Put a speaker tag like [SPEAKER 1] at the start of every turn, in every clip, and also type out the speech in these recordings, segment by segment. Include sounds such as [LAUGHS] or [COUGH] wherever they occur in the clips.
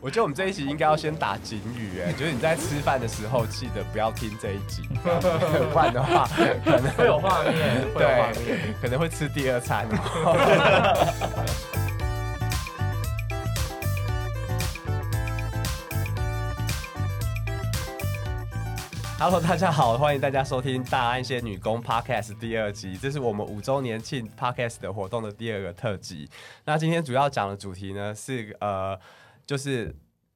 [SPEAKER 1] 我觉得我们这一集应该要先打警语，哎，就是你在吃饭的时候记得不要听这一
[SPEAKER 2] [LAUGHS]
[SPEAKER 1] 集，不然的话可能
[SPEAKER 2] 会有画面，会有画面。
[SPEAKER 1] 对，可能会吃第二餐。Hello，大家好，欢迎大家收听《大安仙女宫 Podcast》第二集，这是我们五周年庆 Podcast 的活动的第二个特辑。那今天主要讲的主题呢是呃，就是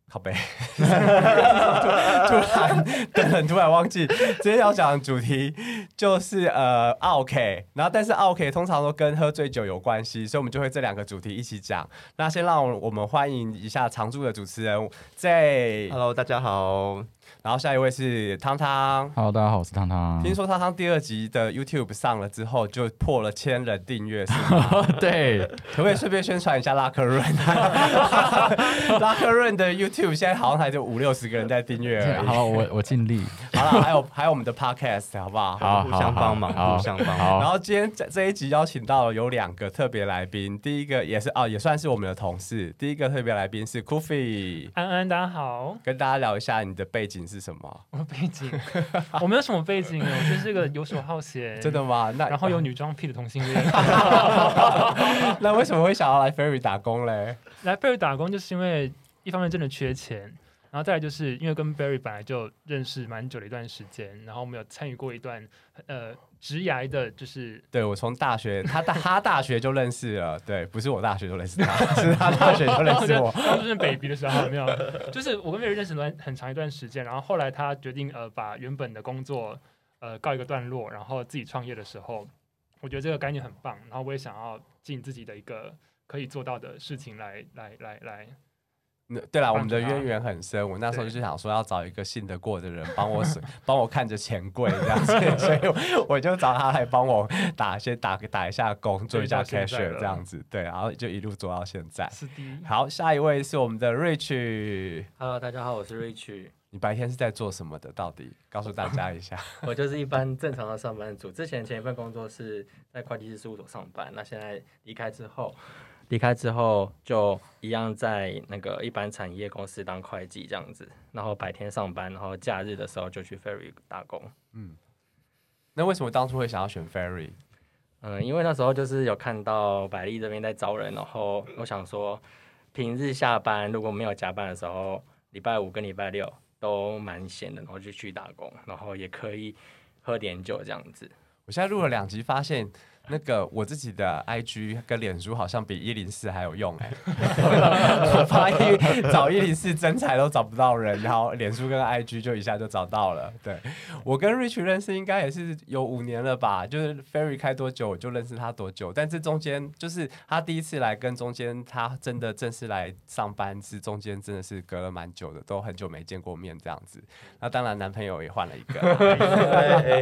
[SPEAKER 1] 靠背，突然等很突然忘记，今天要讲的主题就是呃 OK，然后但是 OK 通常都跟喝醉酒有关系，所以我们就会这两个主题一起讲。那先让我们欢迎一下常驻的主持人 J，
[SPEAKER 2] Hello，大家好，
[SPEAKER 1] 然后下一位是汤汤。
[SPEAKER 3] Hello，大家好，我是汤汤。
[SPEAKER 1] 听说汤汤第二集的 YouTube 上了之后，就破了千人订阅，是吗
[SPEAKER 3] [LAUGHS] 对，
[SPEAKER 1] 可不可以顺便宣传一下拉克润？ [LAUGHS] 拉克润的 YouTube 现在好像还就五六十个人在订阅
[SPEAKER 4] 啊
[SPEAKER 1] 而已。
[SPEAKER 3] 好，我我尽力，
[SPEAKER 1] 好了，还有还有我们的 Podcast，好不好？
[SPEAKER 3] 好，
[SPEAKER 2] 互
[SPEAKER 3] 好
[SPEAKER 2] 相帮忙
[SPEAKER 3] 好
[SPEAKER 2] 互相帮忙
[SPEAKER 3] 好
[SPEAKER 1] 然后今天这这一集邀请到了有两个特别来宾，第一个也是啊、也算是我们的同事。第一个特别来宾是 Kofi，
[SPEAKER 4] 安安，大家好。
[SPEAKER 1] 跟大家聊一下你的背景是什么？
[SPEAKER 4] 我背景， [LAUGHS] 我没有什么背景，我就是个游手好闲，
[SPEAKER 1] 真的。吗？那
[SPEAKER 4] 然后有女装癖的同性恋。
[SPEAKER 1] [LAUGHS] 那为什么会想要来 Ferry 打工嘞？
[SPEAKER 4] 来 Berry 打工，就是因为一方面真的缺钱，然后再来就是因为跟 Berry 本来就认识蛮久的一段时间，然后我们有参与过一段呃职涯的，就是
[SPEAKER 1] 对我从大学，他大他大学就认识了，对，不是我大学就认识他， [LAUGHS] 是他大学就认识我。
[SPEAKER 4] 当时是 baby 的时候，有没有？就是我跟 Berry 认识了很长一段时间，然后后来他决定呃把原本的工作呃告一个段落，然后自己创业的时候，我觉得这个概念很棒，然后我也想要尽自己的一个可以做到的事情来来来来，
[SPEAKER 1] 那对啦，我们的
[SPEAKER 4] 帮助他
[SPEAKER 1] 渊源很深。我那时候就是想说要找一个信得过的人帮我水，帮我看着钱柜这样子，所以我我就找他来帮我打先打打一下工，做一下
[SPEAKER 4] 做到现在
[SPEAKER 1] cashier
[SPEAKER 4] 了
[SPEAKER 1] 这样子。对，然后就一路做到现在。
[SPEAKER 4] 是第一。
[SPEAKER 1] 好，下一位是我们的 Rich，
[SPEAKER 2] ，Hello，大家好，我是 Rich，
[SPEAKER 1] 你白天是在做什么的？到底告诉大家一下。
[SPEAKER 2] 我就是一般正常的上班族。之前前一份工作是在会计师事务所上班，那现在离开之后，离开之后就一样在那个一般产业公司当会计这样子，然后白天上班，然后假日的时候就去 Ferry 打工。
[SPEAKER 1] 那为什么当初会想要选 Ferry？
[SPEAKER 2] 嗯，因为那时候就是有看到百丽这边在招人，然后我想说，平日下班如果没有加班的时候，礼拜五跟礼拜六都蛮闲的，然后就去打工，然后也可以喝点酒这样子。
[SPEAKER 1] 我现在录了两集，发现那个我自己的 IG 跟脸书好像比一零四还有用哎、我发一找一零四真才都找不到人，然后脸书跟 IG 就一下就找到了。对我跟 Rich 认识应该也是有五年了吧，就是 Ferry 开多久我就认识他多久，但是中间就是他第一次来跟中间他真的正式来上班是中间真的是隔了蛮久的，都很久没见过面这样子。那当然男朋友也换了一个。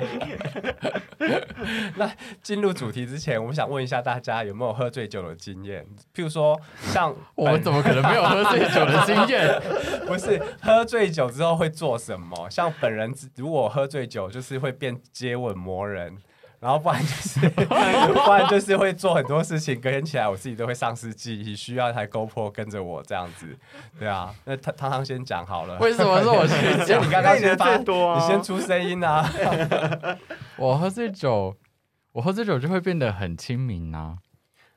[SPEAKER 1] 进入主题之前，我想问一下大家有没有喝醉酒的经验？譬如说，像
[SPEAKER 3] 我怎么可能没有喝醉酒的经验？
[SPEAKER 1] 不是喝醉酒之后会做什么？像本人如果喝醉酒，就是会变接吻魔人。然后不然就是， [LAUGHS] 不然就是会做很多事情，隔天起来我自己都会丧失记忆，需要一台 GoPro 跟着我这样子，对啊。那汤汤汤先讲好了，
[SPEAKER 3] 为什么是我去
[SPEAKER 1] 就
[SPEAKER 3] 讲？
[SPEAKER 1] 你刚刚 [LAUGHS] 先发，
[SPEAKER 5] 最多啊
[SPEAKER 1] 你先出声音啊。
[SPEAKER 3] [LAUGHS] 我喝醉酒，我喝醉酒就会变得很亲民啊。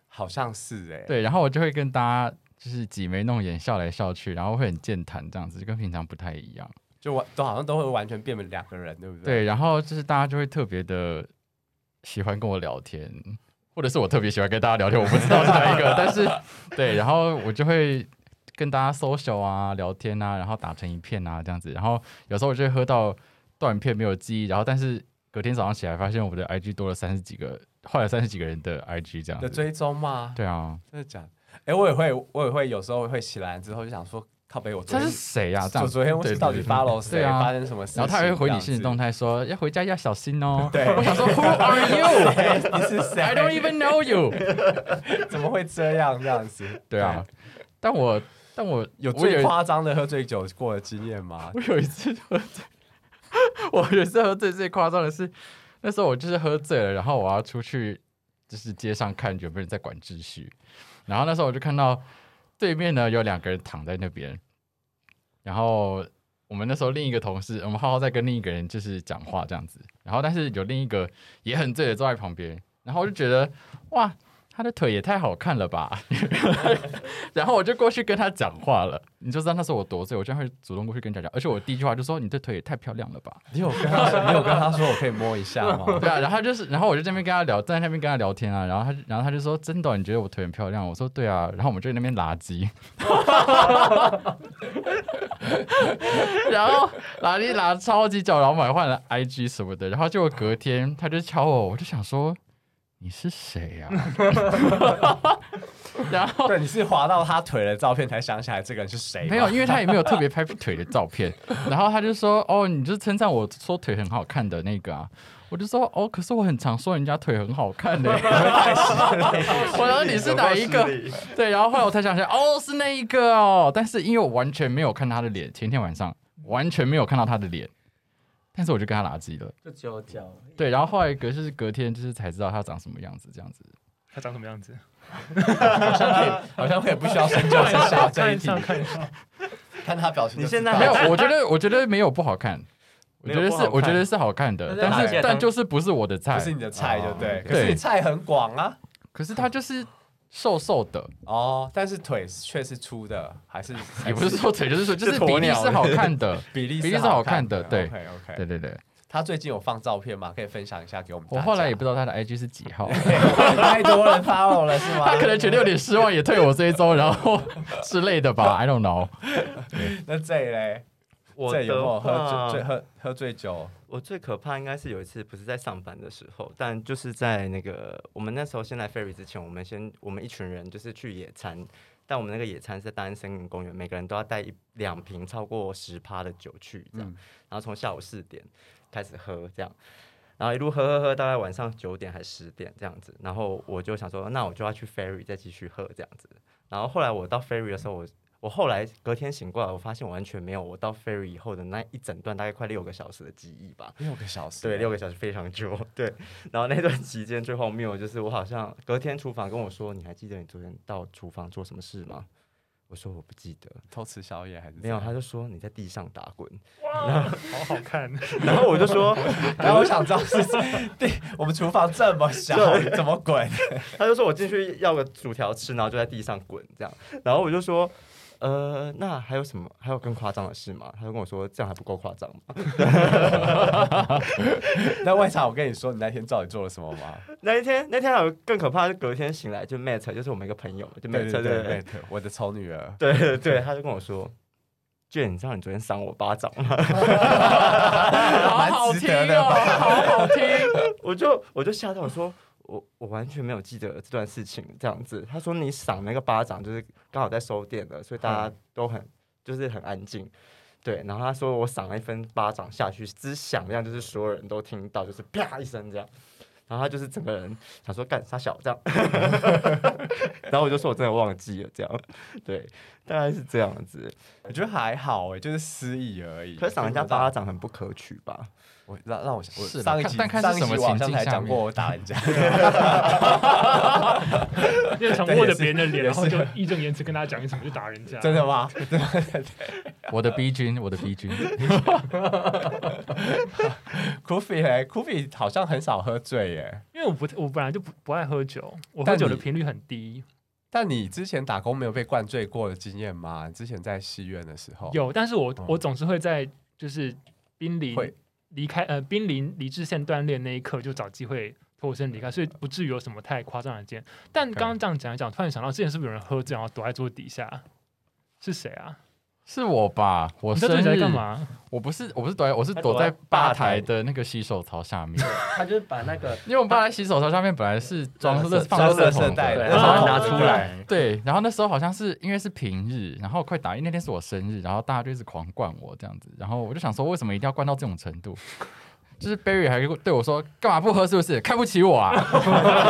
[SPEAKER 1] 好像是哎、
[SPEAKER 3] 对，然后我就会跟大家就是挤眉弄眼、笑来笑去，然后会很健谈，这样子就跟平常不太一样。
[SPEAKER 1] 就完都好像都会完全变成两个人，对不对？
[SPEAKER 3] 对，然后就是大家就会特别的喜欢跟我聊天，或者是我特别喜欢跟大家聊天，我不知道是哪一个，但是对，然后我就会跟大家 social 啊、聊天啊，然后打成一片啊这样子，然后有时候我就会喝到断片没有记忆，然后但是隔天早上起来发现我的 IG 多了三十几个，换了三十几个人的 IG 这样
[SPEAKER 1] 的
[SPEAKER 3] 子，
[SPEAKER 1] 追踪吗？
[SPEAKER 3] 对啊，
[SPEAKER 1] 真的假的？哎、我也会，我也会有时候会起来之后就想说，靠北，我昨
[SPEAKER 3] 这
[SPEAKER 1] 天
[SPEAKER 3] 是，谁呀、啊？这
[SPEAKER 1] 我
[SPEAKER 3] 样
[SPEAKER 1] 昨天我
[SPEAKER 3] 对
[SPEAKER 1] 到
[SPEAKER 3] 对
[SPEAKER 1] 底
[SPEAKER 3] 对
[SPEAKER 1] follow 谁，
[SPEAKER 3] 对啊
[SPEAKER 1] 发生什么事情？
[SPEAKER 3] 然后他还会回你新的动
[SPEAKER 1] 态，
[SPEAKER 3] 态说要回家要小心哦。
[SPEAKER 1] 对
[SPEAKER 3] 我想说 Who
[SPEAKER 1] [LAUGHS]
[SPEAKER 3] are you?
[SPEAKER 1] 你是
[SPEAKER 3] I
[SPEAKER 1] 谁
[SPEAKER 3] don't even know you。
[SPEAKER 1] [LAUGHS] 怎么会这样这样子？
[SPEAKER 3] 对啊，但我但我
[SPEAKER 1] 哎有
[SPEAKER 3] 我有
[SPEAKER 1] 最夸张的喝醉酒过的经验吗？
[SPEAKER 3] 我有一次喝醉， [LAUGHS] 我有一次喝醉最夸张的是，那时候我就是喝醉了，然后我要出去就是街上看有没有人在管秩序，然后那时候我就看到对面呢有两个人躺在那边，然后我们那时候另一个同事，我们浩浩在跟另一个人就是讲话这样子，然后但是有另一个也很醉的坐在旁边，然后我就觉得哇，他的腿也太好看了吧，然后我就过去跟他讲话了，你就知道那时候我多醉，我居然会主动过去跟他讲，而且我第一句话就说你的腿也太漂亮了吧，
[SPEAKER 1] 你有跟他， [LAUGHS] 你有跟他说我可以摸一下
[SPEAKER 3] [LAUGHS]
[SPEAKER 1] 吗？
[SPEAKER 3] 对啊，然后他就是，然后我就这边跟他聊，站在那边跟他聊天啊，然后他就，然后他就说：“真的哦、你觉得我腿很漂亮？”我说：“对啊。”然后我们就在那边拉鸡， [LAUGHS] 然后拉鸡拉超级久，然后我们还换了 IG 什么的，然后结果隔天他就敲我，我就想说你是谁啊呀、然后
[SPEAKER 1] 对，你是滑到他腿的照片才想起来这个人是谁吗？
[SPEAKER 3] 没有，因为他也没有特别拍腿的照片。然后他就说：“哦，你就称赞我说腿很好看的那个啊。”我就说：“哦，可是我很常说人家腿很好看的、
[SPEAKER 1] [LAUGHS]
[SPEAKER 3] 我说：“你是哪一个？” [LAUGHS] 对，然后后来我才想起来，哦，是那一个哦。但是因为我完全没有看他的脸，前天晚上完全没有看到他的脸，但是我就跟他拉鸡了。
[SPEAKER 2] 就只有脚。
[SPEAKER 3] 对，然后后来隔就是隔天就是才知道他长什么样子，这样子。
[SPEAKER 4] 他长什么样子？
[SPEAKER 1] 好像可以，好像可以不需要深究剩下这
[SPEAKER 4] 看
[SPEAKER 1] 一
[SPEAKER 4] 一
[SPEAKER 1] 题
[SPEAKER 4] 下，，看一下。
[SPEAKER 1] 看他表情就知道。
[SPEAKER 2] 你现
[SPEAKER 3] [LAUGHS]
[SPEAKER 2] 在
[SPEAKER 3] 没有，我觉得我觉得没有不好看，我觉得
[SPEAKER 5] 没有不好
[SPEAKER 3] 是
[SPEAKER 5] 看
[SPEAKER 3] 我觉得是好看的，
[SPEAKER 2] 那在
[SPEAKER 3] 但
[SPEAKER 2] 哪里
[SPEAKER 3] 是
[SPEAKER 2] 啊
[SPEAKER 3] 但
[SPEAKER 2] 当
[SPEAKER 3] 就是不是我的菜，
[SPEAKER 1] 不是你的菜，对不对？
[SPEAKER 3] 哦
[SPEAKER 1] 可是你
[SPEAKER 3] 对
[SPEAKER 1] 菜很广啊。
[SPEAKER 3] 可是他就是瘦瘦的，
[SPEAKER 1] 哦，但是腿却是粗的，还
[SPEAKER 3] [LAUGHS]
[SPEAKER 1] 是，
[SPEAKER 3] 也不是说腿，就是说就是
[SPEAKER 5] 鸵
[SPEAKER 3] 比例
[SPEAKER 5] 鸟
[SPEAKER 3] 是好看的
[SPEAKER 1] 比例
[SPEAKER 3] 比例是好看的对
[SPEAKER 1] OK OK，
[SPEAKER 3] [LAUGHS] 对对对，
[SPEAKER 1] 他最近有放照片吗？可以分享一下给我们大
[SPEAKER 3] 我
[SPEAKER 1] 家。
[SPEAKER 3] 后来也不知道他的 IG 是几 [LAUGHS] 号，
[SPEAKER 1] 太多人 follow 了是吗？
[SPEAKER 3] 他可能觉得有点失望，也退我追踪，然后之类的吧，I [LAUGHS] don't know。
[SPEAKER 1] 那这里嘞，
[SPEAKER 5] 我
[SPEAKER 1] 这里有没有
[SPEAKER 5] 的
[SPEAKER 1] 喝
[SPEAKER 5] 话
[SPEAKER 1] 醉醉喝喝醉酒？
[SPEAKER 5] 我最可怕应该是有一次，不是在上班的时候，但就是在那个我们那时候先来 ferry 之前，我们先我们一群人就是去野餐，但我们那个野餐是在大安森林公园，每个人都要带一两瓶超过十趴的酒去，这样，
[SPEAKER 1] 嗯
[SPEAKER 5] 然后从下午四点开始喝，这样。然后一路喝喝喝，大概晚上九点还十点这样子，然后我就想说，那我就要去 ferry 再继续喝这样子。然后后来我到 ferry 的时候，我我后来隔天醒过来，我发现我完全没有我到 ferry 以后的那一整段大概快六个小时的记忆吧。
[SPEAKER 1] 六个小时，
[SPEAKER 5] 对，六个小时非常久。 [LAUGHS] 对，然后那段期间最荒谬的就是我好像隔天厨房跟我说，你还记得你昨天到厨房做什么事吗？我说我不记得，
[SPEAKER 1] 偷吃宵夜还是
[SPEAKER 5] 没有，
[SPEAKER 1] 怎
[SPEAKER 5] 他
[SPEAKER 1] 样？
[SPEAKER 5] 就说你在地上打滚， [LAUGHS]
[SPEAKER 4] 哇，好好
[SPEAKER 1] [LAUGHS]
[SPEAKER 4] 看！
[SPEAKER 5] 然后我就说，
[SPEAKER 1] 然后我想知道是 [LAUGHS] 对，我们厨房这么小，你怎么滚？
[SPEAKER 5] 他就说我进去要个薯条吃，然后就在地上滚这样，然后我就说。呃，那还有什么？还有更夸张的事吗？他就跟我说，这样还不够夸张吗？
[SPEAKER 1] 那外场我跟你说，你那天到底做了什么
[SPEAKER 3] [LAUGHS]
[SPEAKER 1] 吗？
[SPEAKER 5] 那一天，那天还有更可怕，是隔天醒来就 Matt，就是我们一个朋友，就 Matt，
[SPEAKER 1] 对
[SPEAKER 5] 对
[SPEAKER 1] 对，对我的丑女儿。
[SPEAKER 5] 对对对，他就跟我说：“卷，你知道你昨天赏我巴掌吗
[SPEAKER 1] 蛮
[SPEAKER 3] 好
[SPEAKER 1] 值
[SPEAKER 3] 听
[SPEAKER 1] 得的
[SPEAKER 3] 哦，
[SPEAKER 1] 吧
[SPEAKER 3] 好好听。？”
[SPEAKER 5] 我就我就吓到，我说：“我我完全没有记得这段事情。”这样子，他说：“你赏那个巴掌，就是刚好在收店的，所以大家都很就是很安静。”对，然后他说我赏了一分巴掌下去，之响亮就是所有人都听到，就是啪一声这样。然后他就是整个人想说干傻小这样， [LAUGHS] 然后我就说我真的忘记了这样，对，大概是这样子。
[SPEAKER 1] 我觉得还好哎，就是失忆而已。
[SPEAKER 5] 可是赏人家巴掌很不可取吧？
[SPEAKER 1] 我让让我想，我
[SPEAKER 3] 是啦
[SPEAKER 1] 上一
[SPEAKER 3] 看
[SPEAKER 1] 集
[SPEAKER 3] 但看是
[SPEAKER 1] 上一
[SPEAKER 3] 什
[SPEAKER 1] 集
[SPEAKER 3] 么
[SPEAKER 1] 我好
[SPEAKER 3] 情
[SPEAKER 1] 像
[SPEAKER 3] 境
[SPEAKER 1] 才
[SPEAKER 3] 下
[SPEAKER 1] 讲过
[SPEAKER 3] 面
[SPEAKER 1] 我打人家，
[SPEAKER 4] 你很常握
[SPEAKER 1] 也
[SPEAKER 4] 着
[SPEAKER 1] 是
[SPEAKER 4] 别人的脸，
[SPEAKER 1] 也
[SPEAKER 4] 然
[SPEAKER 1] 是
[SPEAKER 4] 后就义正言辞跟大家讲一什么就打人家。
[SPEAKER 1] 真的吗？
[SPEAKER 3] [LAUGHS]
[SPEAKER 1] [LAUGHS]
[SPEAKER 3] 我的 B 君，我的 B 君，
[SPEAKER 1] Kofi 嘞，Kofi 好像很少喝醉耶，
[SPEAKER 4] 因为我不，我本来就不不爱喝酒，我喝
[SPEAKER 1] 但
[SPEAKER 4] 酒的
[SPEAKER 1] 你
[SPEAKER 4] 频率很低。
[SPEAKER 1] 但你之前打工没有被灌醉过的经验吗？你之前在戏院的时候，
[SPEAKER 4] 有，但是我
[SPEAKER 1] 哦
[SPEAKER 4] 我总是会在就是濒临
[SPEAKER 1] 会
[SPEAKER 4] 离开呃濒临理智线断裂那一刻就找机会脱身离开，所以不至于有什么太夸张的经验。但刚刚这样讲一讲，突然想到之前是不是有人喝醉然后躲在桌底下？是谁啊？
[SPEAKER 3] 是我吧？我
[SPEAKER 4] 你在
[SPEAKER 3] 生
[SPEAKER 4] 桌底下
[SPEAKER 3] 日
[SPEAKER 4] 干嘛？
[SPEAKER 3] 我不是我不是躲在我是
[SPEAKER 2] 他
[SPEAKER 3] 躲
[SPEAKER 2] 躲
[SPEAKER 3] 在
[SPEAKER 2] 在
[SPEAKER 3] 吧
[SPEAKER 5] 吧
[SPEAKER 3] 台
[SPEAKER 5] 台
[SPEAKER 3] 的那个洗手槽下面，
[SPEAKER 2] 他就是把那个
[SPEAKER 3] 因为我们吧台洗手槽下面本来是装
[SPEAKER 1] 色
[SPEAKER 3] 乐放
[SPEAKER 1] 色
[SPEAKER 3] 色桶
[SPEAKER 1] 带
[SPEAKER 3] 的哦
[SPEAKER 5] 对，
[SPEAKER 1] 的，
[SPEAKER 5] 然
[SPEAKER 2] 后
[SPEAKER 5] 后
[SPEAKER 2] 他
[SPEAKER 5] 拿出来，
[SPEAKER 3] 对，然后那时候好像是因为是平日，然后快打，因为那天是我生日，然后大家就一直狂灌我这样子，然后我就想说，为什么一定要灌到这种程度？ [LAUGHS] 就是 Barry 还对我说：“干嘛不喝？是不是看不起我啊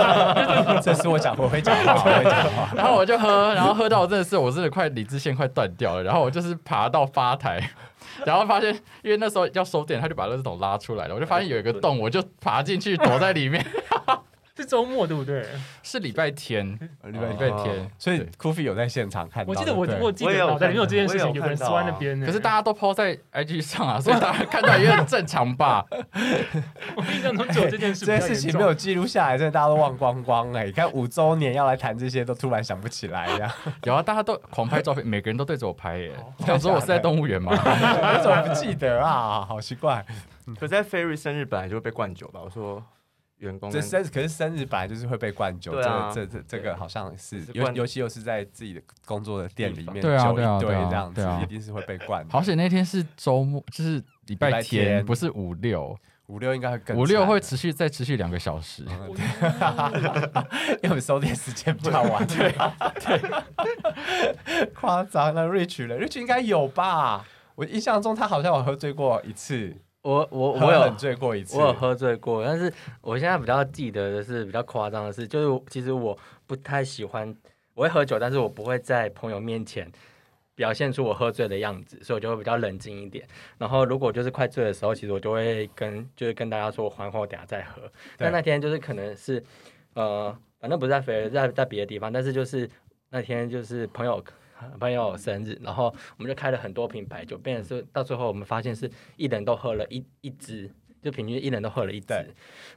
[SPEAKER 3] [LAUGHS]
[SPEAKER 1] 这是我讲，我会讲话，我会讲话。？”
[SPEAKER 3] [LAUGHS] 然后我就喝，然后喝到我真的是我真的快理智线快断掉了。然后我就是爬到吧台， [LAUGHS] 然后发现因为那时候要收店，他就把垃圾桶拉出来了，我就发现有一个洞，我就爬进去躲在里面。 [LAUGHS]
[SPEAKER 4] 是周末对不对？
[SPEAKER 3] 是礼拜天，
[SPEAKER 1] 礼
[SPEAKER 3] 礼
[SPEAKER 5] 哦
[SPEAKER 1] 拜
[SPEAKER 3] 拜
[SPEAKER 1] 天，
[SPEAKER 3] 天，
[SPEAKER 1] 所以
[SPEAKER 3] 对
[SPEAKER 1] Kofi 有在现场看到，
[SPEAKER 4] 我记得我
[SPEAKER 1] 对不对
[SPEAKER 4] 我记
[SPEAKER 5] 我也
[SPEAKER 4] 得
[SPEAKER 5] 有
[SPEAKER 4] 脑袋里面有
[SPEAKER 5] 看
[SPEAKER 4] 这件
[SPEAKER 5] 到
[SPEAKER 4] 事
[SPEAKER 5] 我
[SPEAKER 4] 情，
[SPEAKER 5] 也有
[SPEAKER 4] 有个人
[SPEAKER 5] 看到
[SPEAKER 4] 缩在那
[SPEAKER 5] 啊
[SPEAKER 4] 边
[SPEAKER 1] 嗯
[SPEAKER 4] 呢。
[SPEAKER 3] 可是大家都 PO 在 IG 上啊，所以大家看到也很正
[SPEAKER 1] [LAUGHS]
[SPEAKER 3] 常吧？
[SPEAKER 4] 我印象中只有这件事
[SPEAKER 1] 这
[SPEAKER 4] 比较
[SPEAKER 1] 件
[SPEAKER 4] 严重，
[SPEAKER 1] 事情没有记录下来，真的大家都忘光光哎、你看五周年要来谈这些，都突然想不起来呀，
[SPEAKER 3] 有啊，大家都狂拍照片，每个人都对着我拍耶
[SPEAKER 4] 哦，
[SPEAKER 3] 想说我是在动物园吗？
[SPEAKER 1] [LAUGHS] 我怎么不记得啊？好奇怪。
[SPEAKER 5] 可在 Ferry 生日本来就会被灌酒吧？我说员工
[SPEAKER 1] 这
[SPEAKER 5] 跟
[SPEAKER 1] 生可是生日本来就是会被灌酒，
[SPEAKER 5] 对啊
[SPEAKER 1] 这这这这个好像是
[SPEAKER 5] 是
[SPEAKER 1] 尤
[SPEAKER 5] 灌
[SPEAKER 1] 尤其又是在自己的工作的店里面，
[SPEAKER 3] 对啊
[SPEAKER 1] 酒
[SPEAKER 3] 对啊
[SPEAKER 1] 一堆
[SPEAKER 3] 对啊
[SPEAKER 1] 这样子
[SPEAKER 3] 对啊，
[SPEAKER 1] 一定是会被灌的。
[SPEAKER 3] 好险那天是周末，就是礼
[SPEAKER 1] 礼拜
[SPEAKER 3] 拜
[SPEAKER 1] 天
[SPEAKER 3] 天，不是五六，
[SPEAKER 1] 五六应该会更
[SPEAKER 3] 五六
[SPEAKER 1] 惨哦
[SPEAKER 3] 会持续再持续两个小时。
[SPEAKER 1] [LAUGHS] 因为我们收店时间比较
[SPEAKER 2] [LAUGHS]
[SPEAKER 1] 晚，对
[SPEAKER 2] 啊
[SPEAKER 1] 对， [LAUGHS] 夸张了。Rich 了，Rich 应该有吧？我印象中他好像有喝醉过一次，
[SPEAKER 2] [LAUGHS] 我我我
[SPEAKER 1] 喝
[SPEAKER 2] 有
[SPEAKER 1] 很醉过一次，
[SPEAKER 2] 我有喝醉过，但是我现在比较记得的是比较夸张的是，就是其实我不太喜欢，我会喝酒，但是我不会在朋友面前表现出我喝醉的样子，所以我就会比较冷静一点。然后如果就是快醉的时候，其实我就会跟就是跟大家说，我缓缓，我等下再喝。但那天就是可能是呃，反正不是在肥，在在别的地方，但是就是那天就是朋友。朋友生日，然后我们就开了很多瓶白酒，变成是到最后我们发现是一人都喝了一一支，就平均一人都喝了一支，
[SPEAKER 1] 对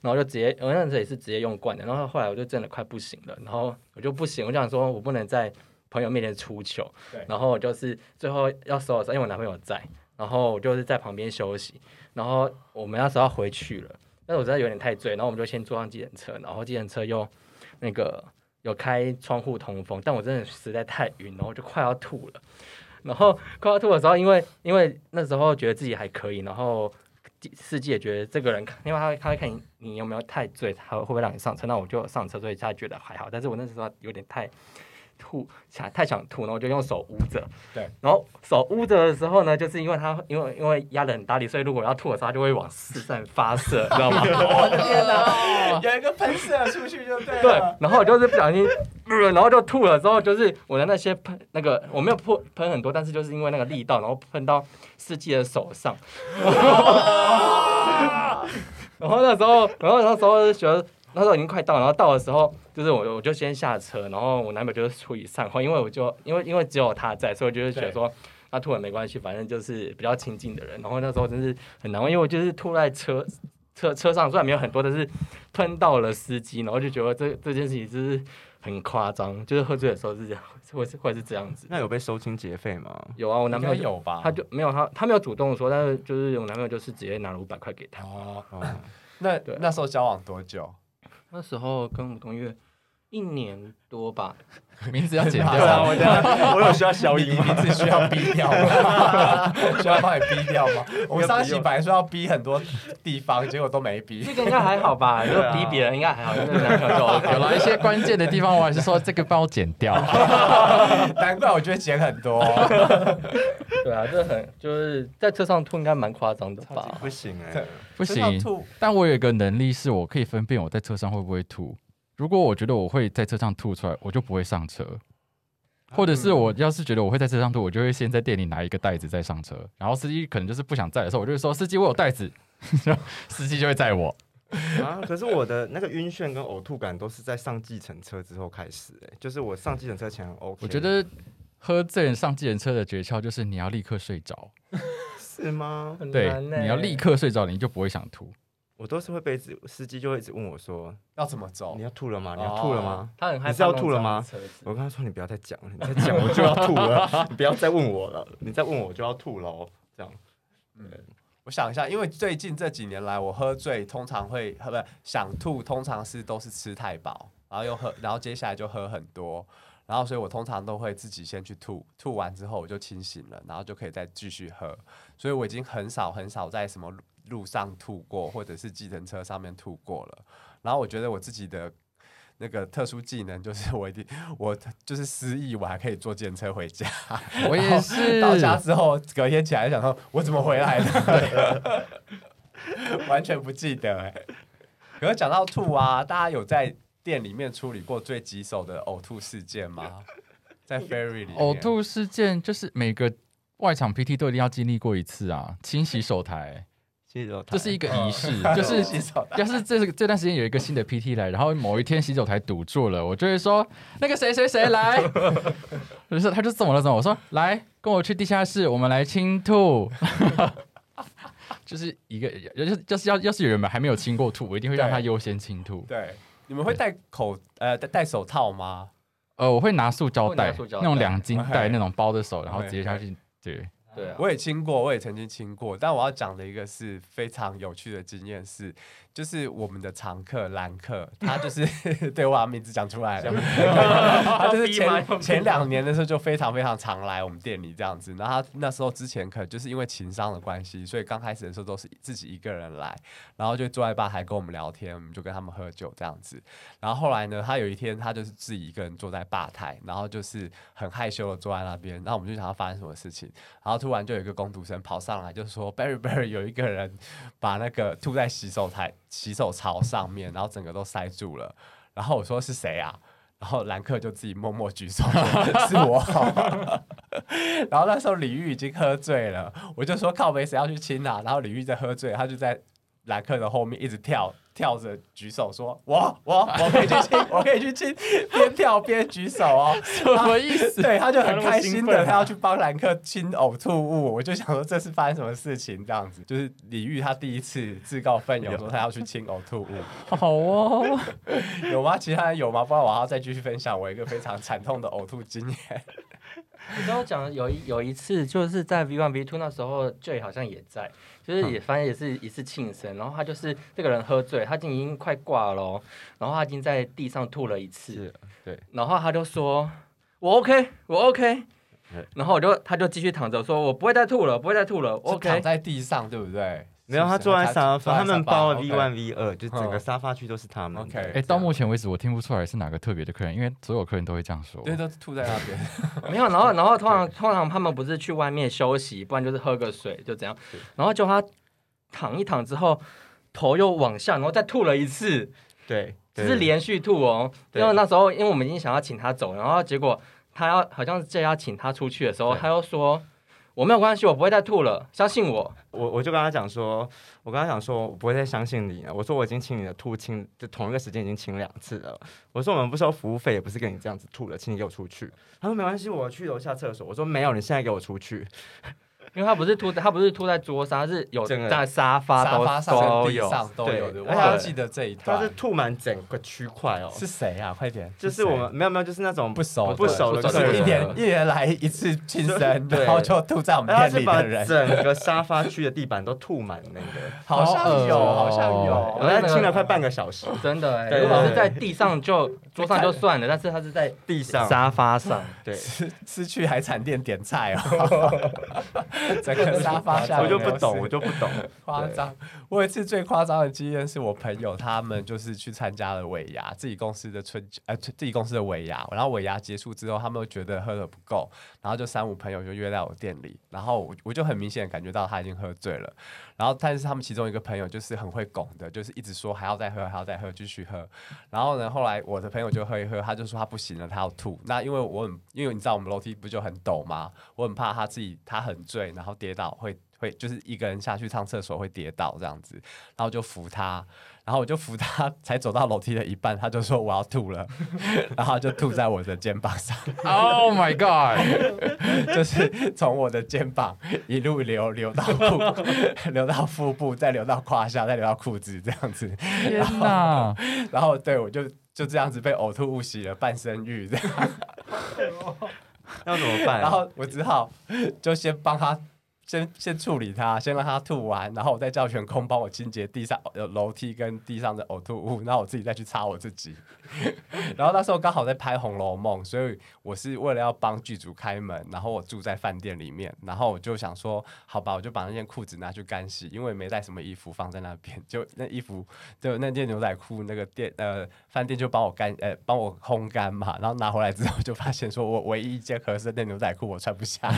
[SPEAKER 2] 然后就直接我那时候也是直接用惯的，然后后来我就真的快不行了，然后我就不行，我就想说我不能在朋友面前出糗
[SPEAKER 1] 对，
[SPEAKER 2] 然后我就是最后要收的时候，因为我男朋友在，然后我就是在旁边休息，然后我们那时候要回去了，但是我真的有点太醉，然后我们就先坐上计程车，然后计程车又那个有开窗户通风，但我真的实在太晕，然后我就快要吐了。然后快要吐的时候，因为因为那时候觉得自己还可以，然后司机也觉得这个人，因为他会他会看你你有没有太醉，他会不会让你上车？那我就上车，所以他觉得还好。但是我那时候有点太吐，想太想吐，然后我就用手捂着。
[SPEAKER 1] 对，
[SPEAKER 2] 然后手捂着的时候呢，就是因为他因为因为压得很大力，所以如果要吐的时候，它就会往四散发射，你知道吗？我的天哪！
[SPEAKER 1] 有一个喷射出去就对啊
[SPEAKER 2] 对
[SPEAKER 1] 了。，
[SPEAKER 2] 然后我就是不小心，呃然后就吐了。之后就是我的那些喷那个，我没有喷喷很多，但是就是因为那个力道，然后喷到司机的手上。 [LAUGHS] 然后那时候，然后那时候就觉得那时候已经快到，然后到的时候，就是我我就先下车，然后我男朋友就是出于善后，因为我就因为因为只有他在，所以我就是觉得说。他吐了没关系，反正就是比较亲近的人。然后那时候真是很难忘，因为我就是吐在车车车上，虽然没有很多，但是喷到了司机，然后就觉得这这件事情就是很夸张，就是喝醉的时候是这样，会是会是这样子。
[SPEAKER 5] 那有被收清洁费吗？
[SPEAKER 2] 有啊，我男
[SPEAKER 1] 应
[SPEAKER 2] 朋
[SPEAKER 1] 该
[SPEAKER 2] 友就
[SPEAKER 1] 有吧？
[SPEAKER 2] 他就没有他他没有主动说，但是就是我男朋友就是直接拿了五百块给他。
[SPEAKER 1] 哦，
[SPEAKER 5] [LAUGHS] 哦，
[SPEAKER 1] 那
[SPEAKER 2] 对
[SPEAKER 1] 那时候交往多久？
[SPEAKER 2] 那时候跟吴东岳一年多吧，
[SPEAKER 3] 名字要剪
[SPEAKER 1] [LAUGHS]
[SPEAKER 3] 掉
[SPEAKER 1] 对啊
[SPEAKER 3] 啊，
[SPEAKER 5] 我觉 [LAUGHS] 得我有需要消
[SPEAKER 1] 你
[SPEAKER 5] 音
[SPEAKER 1] 名
[SPEAKER 5] 吗？
[SPEAKER 1] 字需 [LAUGHS] 要逼掉 [LAUGHS] 吗？需要帮你逼掉吗？我们上一期本来说要逼很多地方，结果都没逼。
[SPEAKER 2] 这个应该还好 [LAUGHS] 吧？如果比别人应该还好，因为男朋友就 OK
[SPEAKER 1] 啊
[SPEAKER 3] 有
[SPEAKER 2] 了。
[SPEAKER 3] 了一些关键的地方，我还是说这个帮我剪掉。
[SPEAKER 1] [LAUGHS] 难怪我觉得剪很 [LAUGHS] 多。
[SPEAKER 2] 对啊，这很就是在车上吐应该蛮夸张的吧？
[SPEAKER 5] 不行哎、
[SPEAKER 1] 对
[SPEAKER 3] 不
[SPEAKER 1] 身上
[SPEAKER 3] 行，
[SPEAKER 1] 吐
[SPEAKER 3] 但我有一个能力是我可以分辨我在车上会不会吐。如果我觉得我会在车上吐出来，我就不会上车。或者是我要是觉得我会在车上吐，我就会先在店里拿一个袋子再上车。然后司机可能就是不想载的时候，我就会说司机我有袋子， [LAUGHS] 司机就会载我。
[SPEAKER 5] 啊！可是我的那个晕眩跟呕吐感都是在上计程车之后开始、欸，就是我上计程车前很 OK，
[SPEAKER 3] 我觉得喝醉人上计程车的诀窍就是你要立刻睡着，
[SPEAKER 5] 是吗？
[SPEAKER 2] 很
[SPEAKER 3] 对
[SPEAKER 2] 难，欸
[SPEAKER 3] 你要立刻睡着，你就不会想
[SPEAKER 1] [LAUGHS]
[SPEAKER 3] 吐。
[SPEAKER 5] 我都是会被一直司机就会一直问我说
[SPEAKER 1] 要怎么走
[SPEAKER 5] 你？要吐了吗？你要吐了吗？
[SPEAKER 2] 他很害怕
[SPEAKER 5] 你是要吐了吗
[SPEAKER 2] 弄脏车子
[SPEAKER 5] 我跟他说你不要再讲了，你再讲我就要吐了， [LAUGHS] 你不要再问我了，你再问我就要吐了哦。这样
[SPEAKER 1] 我想一下，因为最近这几年来，我喝醉通常会喝不是想吐，通常是都是吃太饱，然后又喝，然后接下来就喝很多，然后所以我通常都会自己先去吐，吐完之后我就清醒了，然后就可以再继续喝，所以我已经很少很少在什么路路上吐过，或者是计程车上面吐过了。然后我觉得我自己的那个特殊技能就是我一定我就是失忆，我还可以坐电车回家。
[SPEAKER 3] 我也是，
[SPEAKER 1] 到家之后，隔天起来想说，我怎么回来的？ [LAUGHS] 完全不记得哎、可是讲到吐啊，大家有在店里面处理过最棘手的呕吐事件吗？在 ferry 里面
[SPEAKER 3] 呕吐事件就是每个外场 PT 都一定要经历过一次啊，清洗手台。
[SPEAKER 5] 洗手
[SPEAKER 3] 这
[SPEAKER 5] 台
[SPEAKER 3] 是一个仪式，
[SPEAKER 1] 就
[SPEAKER 3] 就
[SPEAKER 1] 是
[SPEAKER 3] [LAUGHS]
[SPEAKER 1] 是洗手
[SPEAKER 3] 要是这这段时间有一个新的 PT 来，然后某一天洗手台堵住了，我就会说那个谁谁谁来， [LAUGHS] 我就说他就怎么了怎么了，我说来跟我去地下室，我们来清吐， [LAUGHS] 就是一个就是就是要要是有人还没有清过吐，我一定会让他优先清吐。
[SPEAKER 1] 对，你们会戴口呃戴戴手套吗？
[SPEAKER 3] 呃，我会拿塑胶
[SPEAKER 2] 会拿
[SPEAKER 3] 袋，
[SPEAKER 2] 塑胶
[SPEAKER 3] 那种
[SPEAKER 2] 袋
[SPEAKER 3] 两斤袋
[SPEAKER 1] OK
[SPEAKER 3] 那种包着手，然后直接下去。对，
[SPEAKER 2] 对啊，
[SPEAKER 1] 我也亲过，我也曾经亲过，但我要讲的一个是非常有趣的经验是，就是我们的常客兰克，他就是 [LAUGHS] 对我把名字讲出来了，
[SPEAKER 4] [LAUGHS]
[SPEAKER 1] 他就是前前两年的时候就非常非常常来我们店里这样子，然后他那时候之前可能就是因为情商的关系，所以刚开始的时候都是自己一个人来，然后就坐在吧台跟我们聊天，我们就跟他们喝酒这样子，然后后来呢，他有一天他就是自己一个人坐在吧台，然后就是很害羞的坐在那边，然后我们就想要发生什么事情。然后突然就有一个工读生跑上来，就说 Barry Barry 有一个人把那个吐在洗手台、洗手槽上面，然后整个都塞住了。然后我说是谁啊？然后兰克就自己默默举手说是我。然后那时候李玉已经喝醉了，我就说靠北谁要去亲啊？然后李玉在喝醉，他就在兰克的后面一直跳。跳着举手说：“我我我可以去亲，我可以去亲，边跳边举手哦。”
[SPEAKER 3] [LAUGHS] 什么意思？
[SPEAKER 1] 对，他就
[SPEAKER 4] 他
[SPEAKER 1] 很
[SPEAKER 4] 那么
[SPEAKER 1] 开
[SPEAKER 4] 兴
[SPEAKER 1] 心
[SPEAKER 4] 奋
[SPEAKER 1] 的，
[SPEAKER 4] 啊
[SPEAKER 1] 他要去帮兰克清呕吐物，我就想说这是发生什么事情这样子，就是李玉他第一次自告奋
[SPEAKER 4] 哎
[SPEAKER 1] 勇说他要去清呕吐物，
[SPEAKER 3] [LAUGHS] 好 [LAUGHS] 哦，
[SPEAKER 1] [LAUGHS] 有吗？其他人有吗？不然我还要再继续分享我一个非常惨痛的呕吐经
[SPEAKER 5] [LAUGHS]
[SPEAKER 1] 验。
[SPEAKER 2] 你刚刚讲的有一有一次，就是在 V One V Two 那时候，J 好像也在，就是也反正也是一次庆生，然后他就是这个人喝醉，他已经快挂了哦，然后他已经在地上吐了一次
[SPEAKER 3] 是，对，
[SPEAKER 2] 然后他就说：“我 OK，我 OK。
[SPEAKER 5] 对”
[SPEAKER 2] 然后我就他就继续躺着说：“我不会再吐了，不会再吐了
[SPEAKER 1] 是躺
[SPEAKER 2] ，OK。
[SPEAKER 1] 在地上，对不对？
[SPEAKER 5] 没有，他坐在沙发，他们包了 V
[SPEAKER 1] one。
[SPEAKER 5] one V 二，就整个沙发区都是他们的。
[SPEAKER 1] 嗯 OK
[SPEAKER 3] 哎，到目前为止我听不出来是哪个特别的客人，因为所有客人都会这样说。
[SPEAKER 1] 对，都吐在那边。”
[SPEAKER 2] 没
[SPEAKER 5] 啊
[SPEAKER 2] 有，然后然后通常通常他们不是去外面休息，不然就是喝个水就这样，然后就他躺一躺之后，头又往下，然后再吐了一次。
[SPEAKER 5] [LAUGHS] 对，
[SPEAKER 2] 只是
[SPEAKER 5] 对
[SPEAKER 2] 连续吐哦，
[SPEAKER 5] 对
[SPEAKER 2] 因为那时候因为我们已经想要请他走，然后结果他要好像是这要请他出去的时候，
[SPEAKER 5] 对
[SPEAKER 2] 他又说我没有关系，我不会再吐了，相信我。
[SPEAKER 5] 我我就跟他讲说，我跟他讲说，我不会再相信你了。我说我已经请你的吐清，就同一个时间已经请两次了。我说我们不收服务费，也不是跟你这样子吐了，请你给我出去。他说没关系，我去楼下厕所。我说没有，你现在给我出去。
[SPEAKER 2] 因为他不是吐，他不是吐在桌上，他是有
[SPEAKER 5] 整个
[SPEAKER 2] 在沙发
[SPEAKER 1] 沙
[SPEAKER 2] 都
[SPEAKER 1] 发上、
[SPEAKER 2] 都
[SPEAKER 1] 地
[SPEAKER 2] 有。
[SPEAKER 1] 上都
[SPEAKER 5] 对
[SPEAKER 1] 有的。我
[SPEAKER 5] 而且
[SPEAKER 1] 好像
[SPEAKER 5] 他
[SPEAKER 1] 记得这一
[SPEAKER 5] 他
[SPEAKER 1] 段
[SPEAKER 5] 是。吐满整个区块哦，
[SPEAKER 1] 是谁啊？快点！
[SPEAKER 5] 就是
[SPEAKER 1] 谁
[SPEAKER 5] 我们没有没有，就是那种
[SPEAKER 1] 不熟
[SPEAKER 5] 不熟的
[SPEAKER 1] 就
[SPEAKER 5] 客
[SPEAKER 1] 是
[SPEAKER 5] 人，
[SPEAKER 1] 一年一年来一次庆生，
[SPEAKER 5] 对哎
[SPEAKER 1] 然后就吐在我们
[SPEAKER 5] 然后他
[SPEAKER 1] 店
[SPEAKER 5] 是
[SPEAKER 1] 里
[SPEAKER 5] 把
[SPEAKER 1] 的人。
[SPEAKER 5] 整个沙发区的地板都吐满
[SPEAKER 1] [LAUGHS]
[SPEAKER 5] 那个，
[SPEAKER 1] 好像有，
[SPEAKER 3] 好恶哦
[SPEAKER 1] 好像
[SPEAKER 5] 我
[SPEAKER 1] [LAUGHS] 有。
[SPEAKER 5] 在清了快半个小时，
[SPEAKER 2] 真的哎、
[SPEAKER 5] 对
[SPEAKER 2] 如果
[SPEAKER 5] 对
[SPEAKER 2] 是在地
[SPEAKER 1] [LAUGHS]
[SPEAKER 2] 上就桌上就算了，但是他是在
[SPEAKER 5] 地上
[SPEAKER 2] 沙发上，
[SPEAKER 5] 对，
[SPEAKER 1] 失去海产店点菜哦，
[SPEAKER 5] [LAUGHS]
[SPEAKER 1] 整个沙发下
[SPEAKER 5] 我
[SPEAKER 1] 面
[SPEAKER 5] 就
[SPEAKER 1] 都是
[SPEAKER 5] 不懂，我就不懂，
[SPEAKER 1] 夸张。我有一次最夸张的经验是我朋友他们就是去参加了尾牙，自己公司的春呃自己公司的尾牙，然后尾牙结束之后，他们又觉得喝的不够，然后就三五朋友就约在我店里，然后我我就很明显地感觉到他已经喝醉了，然后但是他们其中一个朋友就是很会拱的，就是一直说还要再喝，还要再喝，继续喝。然后呢，后来我的朋友就喝一喝，他就说他不行了，他要吐。那因为我很因为你知道我们楼梯不就很陡吗？我很怕他自己他很醉，然后跌倒会会就是一个人下去上厕所会跌倒这样子，然后就扶他，然后我就扶他，才走到楼梯的一半，他就说我要吐了，然后他就吐在我的肩膀上， [LAUGHS]
[SPEAKER 3] Oh my god！
[SPEAKER 1] 就是从我的肩膀一路流流到腹， [LAUGHS] 流到腹部，再流到胯下，再流到裤子这样子，
[SPEAKER 3] 天 [LAUGHS] 哪！
[SPEAKER 1] 然后对我就就这样子被呕吐物洗了半身浴这样。
[SPEAKER 5] 要怎么办？
[SPEAKER 1] 然后我只好 [LAUGHS] 就先帮他。先先处理他，先让他吐完，然后我再叫员工帮我清洁地上呃楼梯跟地上的呕吐物，然后我自己再去擦我自己。 [LAUGHS] 然后那时候刚好在拍《红楼梦》，所以我是为了要帮剧组开门，然后我住在饭店里面，然后我就想说，好吧，我就把那件裤子拿去干洗，因为没带什么衣服放在那边，就那衣服就那件牛仔裤，那个店呃饭店就帮我干呃帮我烘干嘛，然后拿回来之后就
[SPEAKER 3] [LAUGHS]
[SPEAKER 1] 发现说我唯一一件合身的牛仔裤我穿不下，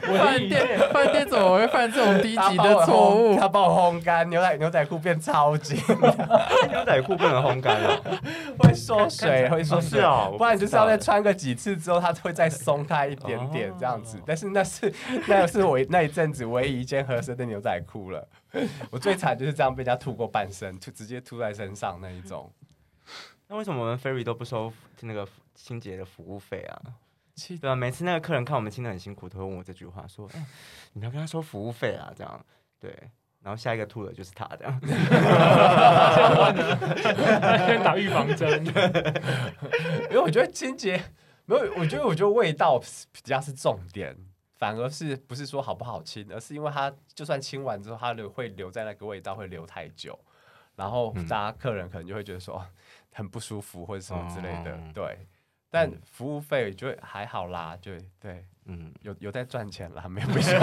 [SPEAKER 3] 饭店饭店怎么会犯这种低
[SPEAKER 1] 他
[SPEAKER 3] 级
[SPEAKER 1] 把我
[SPEAKER 3] 的错
[SPEAKER 1] 烘
[SPEAKER 3] 误
[SPEAKER 1] 他？把我烘干，牛仔牛仔裤变超紧，
[SPEAKER 5] 牛仔裤不能烘
[SPEAKER 1] [LAUGHS]
[SPEAKER 5] 干了，
[SPEAKER 1] 会缩水，会缩
[SPEAKER 5] 哦是
[SPEAKER 1] 水。
[SPEAKER 5] 哦，
[SPEAKER 1] 哦不然就是要再
[SPEAKER 5] 在
[SPEAKER 1] 穿个几次之后，它会再松开一点点
[SPEAKER 5] 哦
[SPEAKER 1] 这样子。但是那是那是我那一阵子唯一一件合身的牛仔裤了。我最惨就是这样被人家吐过半身，吐直接吐在身上那一
[SPEAKER 3] [LAUGHS]
[SPEAKER 1] 种。
[SPEAKER 5] 那为什么我们 ferry 都不收那个清洁的服务费啊？
[SPEAKER 1] 其
[SPEAKER 5] 对啊，每次那个客人看我们清的很辛苦，都会问我这句话，说：“哎、你要跟他收服务费啊？”这样，对。然后下一个吐的就是他，这样。 [LAUGHS]
[SPEAKER 4] 先打预防针。
[SPEAKER 1] 因为我觉得清洁没有，我觉得我觉得味道是比较是重点，反而是不是说好不好清，而是因为它就算清完之后，它留会留在那个味道会留太久，然后
[SPEAKER 5] 嗯
[SPEAKER 1] 大家客人可能就会觉得说哦很不舒服或者什么之类的，
[SPEAKER 5] 哦
[SPEAKER 1] 对。但服务费就还好啦，就对，
[SPEAKER 5] 嗯，
[SPEAKER 1] 有有在赚钱啦，没有不行。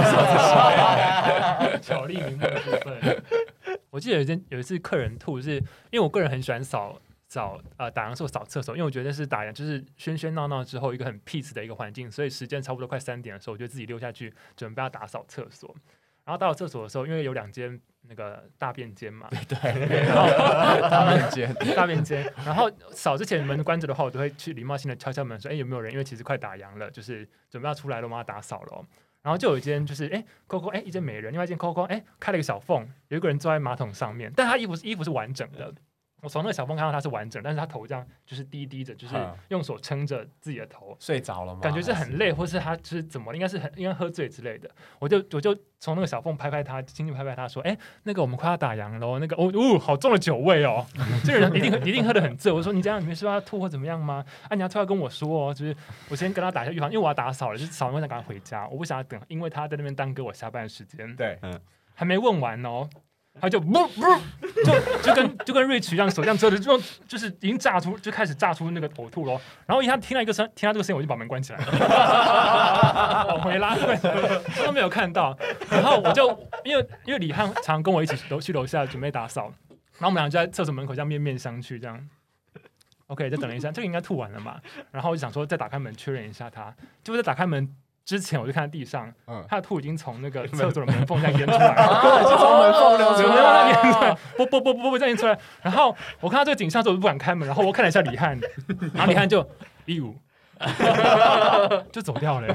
[SPEAKER 4] [LAUGHS] 巧立名目的部分。 [LAUGHS] 我记得有一件有一次客人吐是，因为我个人很喜欢扫扫呃打烊的时候扫厕所，因为我觉得那是打烊就是喧喧闹闹之后一个很 peace 的一个环境，所以时间差不多快三点的时候，我就自己溜下去准备要打扫厕所。然后打扫厕所的时候，因为有两间那个大便间嘛， [LAUGHS]
[SPEAKER 1] 他们觉得
[SPEAKER 4] 大便间，然后扫之前门关着的话，我都会去礼貌性的敲敲门说：“哎、有没有人？”因为其实快打烊了，就是准备要出来了，我们要打扫了哦、然后就有一间就是哎，Coco 哎，一间没人，另外一间 Coco 哎，开了一个小缝，有一个人坐在马桶上面，但他衣服是衣服是完整的。我从那个小缝看到他是完整，但是他头这样就是低低的，就是
[SPEAKER 1] 嗯
[SPEAKER 4] 用手撑着自己的头，
[SPEAKER 1] 睡着了吗？
[SPEAKER 4] 感觉是很累，或是他就是怎么了，应该是很应该喝醉之类的。我就我就从那个小缝拍拍他，轻轻拍拍他说：“哎、那个我们快要打烊喽，那个哦哦，好重的酒味哦，这个人一定很一定喝得很醉。”我说：“你这样你们是不是要吐或怎么样吗？啊，你要吐要跟我说哦，就是我先跟他打一下预防，因为我要打扫了，就是扫完我想赶快回家，我不想要等，因为他在那边耽搁我下班的时间。”
[SPEAKER 1] 对，
[SPEAKER 4] 还没问完哦，他就不不就就跟就跟瑞奇一样手这样遮着，就就是已经炸出就开始炸出那个呕吐咯。然后一下听到一个声，听到这个声音，我就把门关起来了， [LAUGHS] 往回拉回来，都没有看到。然后我就因为因为李汉常跟我一起楼去楼下准备打扫，然后我们俩就在厕所门口这样面面相觑，这样。OK，再等了一下，这个应该吐完了嘛？然后我就想说再打开门确认一下他，结果在打开门之前，我就看到地上
[SPEAKER 1] 嗯，
[SPEAKER 4] 他的吐已经从
[SPEAKER 1] [LAUGHS]
[SPEAKER 4] 那个厕所的门缝这样淹出来了。
[SPEAKER 1] 中门风流
[SPEAKER 4] 怎么样那边出来，啵啵啵啵啵这样出来。然后我看到这个景象之后，我就不敢开门，然后我看了一下李汉，然后李汉就一五。就走掉了、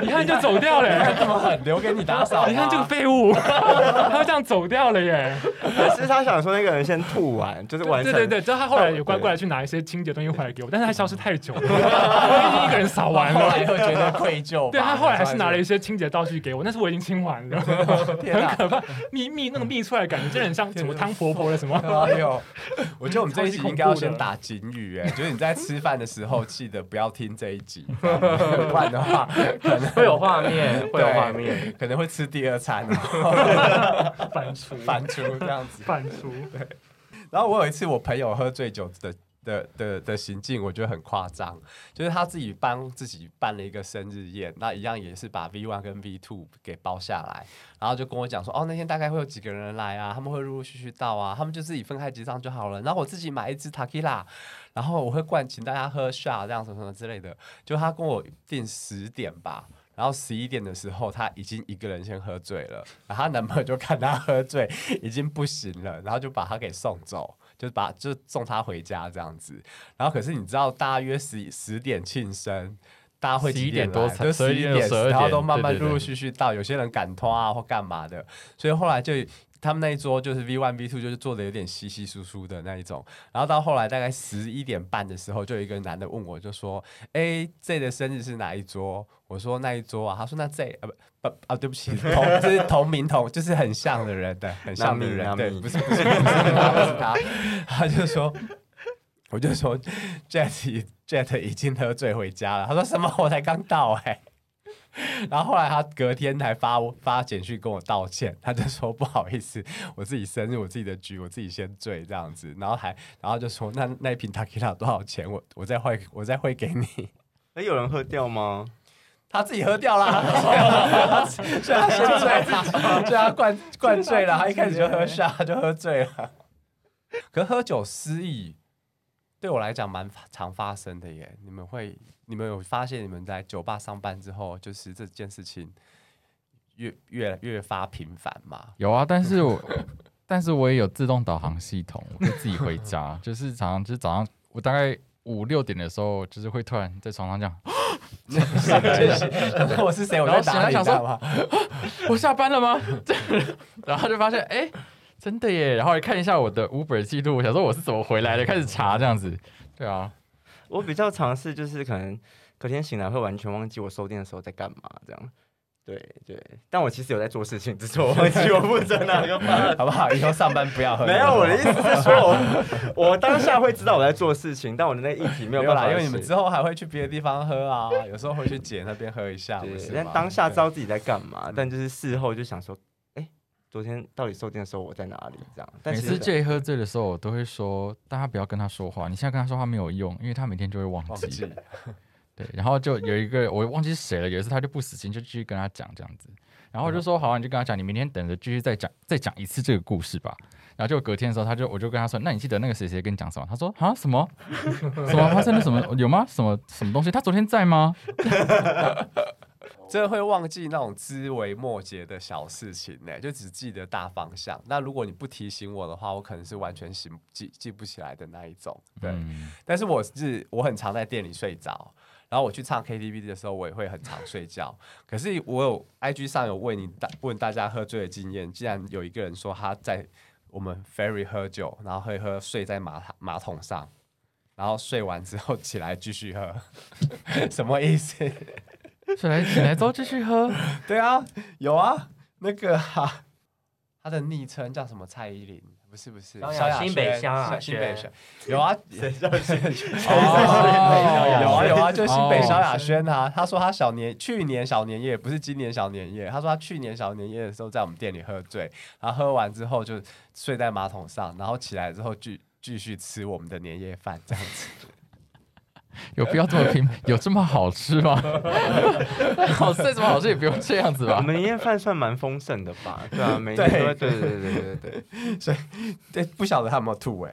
[SPEAKER 4] 李汉就走掉了、
[SPEAKER 1] 这么狠，留给你打扫吗。
[SPEAKER 4] 李汉这个废物，他就这样走掉了耶！
[SPEAKER 5] 可是他想说那个人先吐完，就是完
[SPEAKER 4] 对
[SPEAKER 5] 成。
[SPEAKER 4] 对对，之后他后来也乖乖的去拿一些清洁东西回来给我，但是他消失太久了，我已经一个人扫完
[SPEAKER 1] 后
[SPEAKER 4] 了。
[SPEAKER 1] 来会觉得愧疚吧。
[SPEAKER 4] 对他后来还是拿了一
[SPEAKER 1] 一
[SPEAKER 4] 些清洁道具给我，但是我已经清完了，
[SPEAKER 1] 天啊
[SPEAKER 4] 很可怕，蜜蜜那个蜜出来的感觉真的很像什么汤婆婆的
[SPEAKER 2] [LAUGHS]
[SPEAKER 4] 什么。
[SPEAKER 1] 哎呦， [LAUGHS] 我觉得我们这一集
[SPEAKER 4] 超级恐怖的
[SPEAKER 1] 应该要先打警语，哎，就是你在吃饭的时候记得不要听这一集，不然的话可能
[SPEAKER 2] 会有画面，会有画面。
[SPEAKER 1] 可能会吃第二餐，
[SPEAKER 4] 反刍，
[SPEAKER 1] 反出这样子。
[SPEAKER 4] 反刍，
[SPEAKER 1] 然后我有一次我朋友喝醉酒的的的的行径，我觉得很夸张，就是他自己帮自己办了一个生日宴，那一样也是把 V one 跟 V two 给包下来，然后就跟我讲说，哦，那天大概会有几个人来啊，他们会陆陆续续到啊，他们就自己分开结账就好了，然后我自己买一支 t a k i l a 然后我会灌请大家喝 shot 这样什么什么之类的，就他跟我定十点吧。然后十一点的时候，她已经一个人先喝醉了，然后她男朋友就看她喝醉已经不行了，然后就把她给送走，就把就送她回家这样子。然后可是你知道，大约十十点庆生。大家会几
[SPEAKER 3] 11点
[SPEAKER 1] 来
[SPEAKER 3] 多才
[SPEAKER 1] 就十一
[SPEAKER 3] 11点12
[SPEAKER 1] 然后都
[SPEAKER 3] 点
[SPEAKER 1] 慢慢
[SPEAKER 3] 对对
[SPEAKER 1] 陆陆
[SPEAKER 3] 对
[SPEAKER 1] 续续到，有些人赶拖啊或干嘛的，所以后来就他们那一桌就是 V one V two 就是做的有点稀稀疏疏的那一种，然后到后来大概十一点半的时候，就有一个男的问我，就说：“哎，Z 的生日是哪一桌？”我说：“那一桌啊。”他说：“那 Z 啊不不啊，对不起，同就是同名同，就是很像的人，对，很像的人，
[SPEAKER 5] 那
[SPEAKER 1] 对，
[SPEAKER 5] 你
[SPEAKER 1] 不是不是不是他，不是他，他就说。”我就说 Jet 已 Jet 已经喝醉回家了。他说什么？我才刚到哎、然后后来他隔天才发发简讯跟我道歉，他就说不好意思，我自己生日，我自己的局，我自己先醉这样子，然后还然后就说那那一瓶 t a k i l a 多少钱？我我再汇我再汇给你。
[SPEAKER 5] 哎，有人喝掉吗？
[SPEAKER 1] [LAUGHS] 他自己喝掉 [LAUGHS] 啦，所以他 [LAUGHS] 先醉啦，所以他灌灌醉 [LAUGHS] 了，他一开始就喝下就喝醉了。可喝酒失忆，对我来讲蛮发常发生的耶。你们会，你们有发现你们在酒吧上班之后，就是这件事情越越越发频繁 [LAUGHS] 吗？
[SPEAKER 3] 有啊，但是我但是我也有自动导航系统，我可以自己回家， [LAUGHS] 就是常常就是早上我大概五六点的时候，就是会突然在床上这样， [GASPS]
[SPEAKER 1] [LAUGHS] 我是谁？我在打你，
[SPEAKER 3] 然后醒来想
[SPEAKER 1] 知
[SPEAKER 3] 说
[SPEAKER 1] 道吗？
[SPEAKER 3] 我下班了吗？这 [LAUGHS] 然后就发现哎、诶真的耶，然后看一下我的 Uber 记录，想说我是怎么回来的，开始查这样子。对啊，
[SPEAKER 5] 我比较尝试就是可能隔天醒来会完全忘记我收店的时候在干嘛这样。对对，但我其实有在做事情，只是我忘记我负责哪个 part。
[SPEAKER 1] 好不好？以后上班不要喝。
[SPEAKER 5] 没有，我的意思是说我，我当下会知道我在做事情，但我的那个议题没
[SPEAKER 1] 没
[SPEAKER 5] 有
[SPEAKER 1] 有
[SPEAKER 5] 办
[SPEAKER 1] 啦，
[SPEAKER 5] 法。
[SPEAKER 1] 因为你们之后还会去别的地方喝啊， [LAUGHS] 有时候会去姐那边喝一下，不
[SPEAKER 5] 对
[SPEAKER 1] 是，
[SPEAKER 5] 但
[SPEAKER 1] 吗
[SPEAKER 5] 当下
[SPEAKER 1] 对
[SPEAKER 5] 知道自己在干嘛，但就是事后就想说，哎，昨天到底收店的时候我在哪里？这样，但
[SPEAKER 3] 每
[SPEAKER 5] 其实
[SPEAKER 3] 次 J 喝醉的时候，我都会说大家不要跟他说话，你现在跟他说话没有用，因为他每天就会忘
[SPEAKER 1] 忘
[SPEAKER 3] 记。
[SPEAKER 1] 记
[SPEAKER 3] 对，然后就有一个我忘记是谁了，有一次他就不死心，就继续跟他讲这样子，然后我就说好、啊，你就跟他讲，你明天等着继续再讲再讲一次这个故事吧。然后就隔天的时候，他就我就跟他说，那你记得那个谁谁跟你讲什么？他说啊什么什么发生了什么有吗？什么什么东西？他昨天在吗？
[SPEAKER 1] 真的会忘记那种枝微末节的小事情呢、就只记得大方向。那如果你不提醒我的话，我可能是完全醒记记不起来的那一种。对，
[SPEAKER 3] 嗯
[SPEAKER 1] 但是我是我很常在店里睡着，然后我去唱 KTV 的时候，我也会很常睡觉。可是我有 IG 上有问你大问大家喝醉的经验，竟然有一个人说他在我们 Ferry 喝酒，然后会喝睡在马桶马桶上，然后睡完之后起来继续喝， [LAUGHS] 什么意思？
[SPEAKER 3] 起来起来之后继续喝，
[SPEAKER 1] 对啊，有啊，那个啊，他的昵称叫什么？蔡依林？不是不是，
[SPEAKER 2] 萧亚
[SPEAKER 1] 萧亚
[SPEAKER 2] 新北
[SPEAKER 1] 轩
[SPEAKER 2] 萧亚
[SPEAKER 1] 新北
[SPEAKER 2] 轩
[SPEAKER 1] 萧，有啊，
[SPEAKER 3] 哦
[SPEAKER 1] 有啊有啊，就
[SPEAKER 3] 哦
[SPEAKER 1] 是新北萧亚轩啊。他说他小年去年小年夜，不是今年小年夜。他说他去年小年夜的时候在我们店里喝醉，然后喝完之后就睡在马桶上，然后起来之后继继续吃我们的年夜饭这样子。
[SPEAKER 3] 有必要这么平？有这么好吃吗？ [LAUGHS] 好吃怎么好吃也不用这样子
[SPEAKER 5] 我
[SPEAKER 3] 吧。
[SPEAKER 5] 们年夜饭算蛮丰盛的吧？对啊，每天都会，对对对对对对。
[SPEAKER 1] 对，不晓得他有没有吐哎、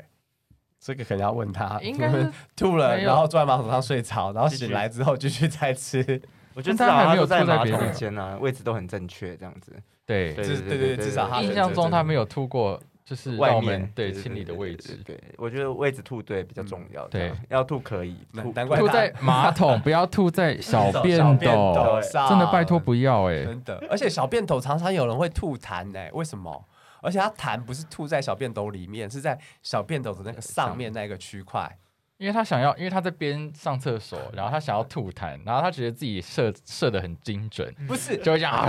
[SPEAKER 1] 这个可能要问他，
[SPEAKER 3] [LAUGHS] 应该是
[SPEAKER 1] 吐了，
[SPEAKER 3] 没有
[SPEAKER 1] 然后坐在马桶上睡着，然后
[SPEAKER 5] 继续
[SPEAKER 1] 醒来之后继续再吃。
[SPEAKER 3] [LAUGHS]
[SPEAKER 5] 我觉得
[SPEAKER 3] 但
[SPEAKER 5] 至少
[SPEAKER 3] 他还
[SPEAKER 5] 他
[SPEAKER 3] 没有
[SPEAKER 5] 都在
[SPEAKER 3] 坐在
[SPEAKER 5] 马
[SPEAKER 3] 别
[SPEAKER 5] 桶
[SPEAKER 3] 人
[SPEAKER 5] 间啊，位置都很正确，这样子。
[SPEAKER 3] 对，
[SPEAKER 5] 对
[SPEAKER 1] 至对对至少他
[SPEAKER 3] 印象中他没
[SPEAKER 5] 有
[SPEAKER 3] 有吐过，就是让
[SPEAKER 5] 外
[SPEAKER 3] 我
[SPEAKER 5] 面
[SPEAKER 3] 们对清理的位置。
[SPEAKER 5] 对，对我觉得位置吐对比较重要。
[SPEAKER 3] 对
[SPEAKER 5] 这样，要吐可以
[SPEAKER 1] 难
[SPEAKER 5] 吐
[SPEAKER 1] 难怪
[SPEAKER 3] 吐
[SPEAKER 1] 大
[SPEAKER 3] 在 [LAUGHS] 马桶，不要吐在小便斗，
[SPEAKER 1] 上
[SPEAKER 3] 真的拜托不要哎、
[SPEAKER 1] 真的，而且小便斗常常有人会吐痰哎、为什么？而且他痰不是吐在小便斗里面，是在小便斗的那个上面那个区块。
[SPEAKER 3] 因为他想要，因为他在边上厕所，然后他想要吐痰，然后他觉得自己射射的很精准，
[SPEAKER 1] 不是，
[SPEAKER 3] 就会这样啊，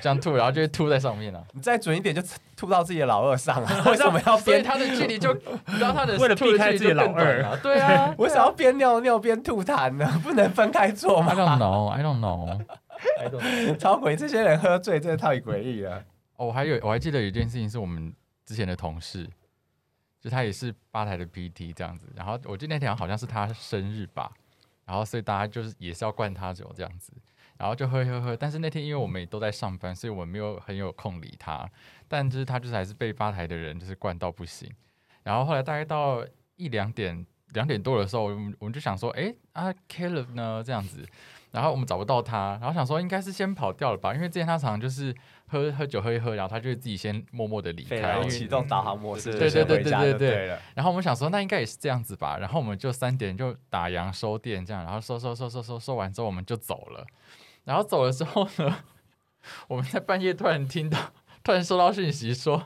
[SPEAKER 3] 这样吐，然后就会吐在上 [LAUGHS] 面啊。
[SPEAKER 1] 你再准一点就吐到自己的老二上
[SPEAKER 3] [LAUGHS]
[SPEAKER 1] 啊！为什么要
[SPEAKER 3] 所
[SPEAKER 1] 边？。
[SPEAKER 3] 以他的距离就，你知道他的
[SPEAKER 4] 为了
[SPEAKER 3] 吐的
[SPEAKER 4] 避开
[SPEAKER 3] 距离
[SPEAKER 4] 自己
[SPEAKER 3] 就更
[SPEAKER 4] 老二
[SPEAKER 3] 短啊，对啊
[SPEAKER 1] 为什么要边尿尿边吐痰呢？ [LAUGHS] 不能分开做吗？
[SPEAKER 3] I don't know, I don't know。
[SPEAKER 1] 超诡异，这些人喝醉真的太诡异了。
[SPEAKER 3] 哦，我还有，我还记得有一件事情是我们之前的同事，就他也是吧台的 PT 这样子。然后我记得那天好像是他生日吧，然后所以大家就是也是要灌他酒这样子，然后就喝一喝喝。但是那天因为我们也都在上班，所以我们没有很有空理他。但就是他就是还是被吧台的人就是灌到不行。然后后来大概到一两点两点多的时候，我们我们就想说，哎啊 Caleb 呢这样子。然后我们找不到他，然后想说应该是先跑掉了吧，因为之前他常常就是喝喝酒喝一喝，然后他就会自己先默默的离开，
[SPEAKER 5] 废
[SPEAKER 1] 然
[SPEAKER 5] 了
[SPEAKER 1] 后
[SPEAKER 3] 因为
[SPEAKER 1] 启动导航模式，
[SPEAKER 5] 对
[SPEAKER 1] 就先
[SPEAKER 3] 对
[SPEAKER 1] 回
[SPEAKER 3] 对
[SPEAKER 1] 家
[SPEAKER 3] 对
[SPEAKER 1] 就
[SPEAKER 3] 对对
[SPEAKER 1] 了。
[SPEAKER 3] 然后我们想说，那应该也是这样子吧。然后我们就三点就打烊收店，这样，然后收收收收收收完之后，我们就走了。然后走了之后呢， [LAUGHS] 我们在半夜突然听到， [LAUGHS] 突然收到讯息说，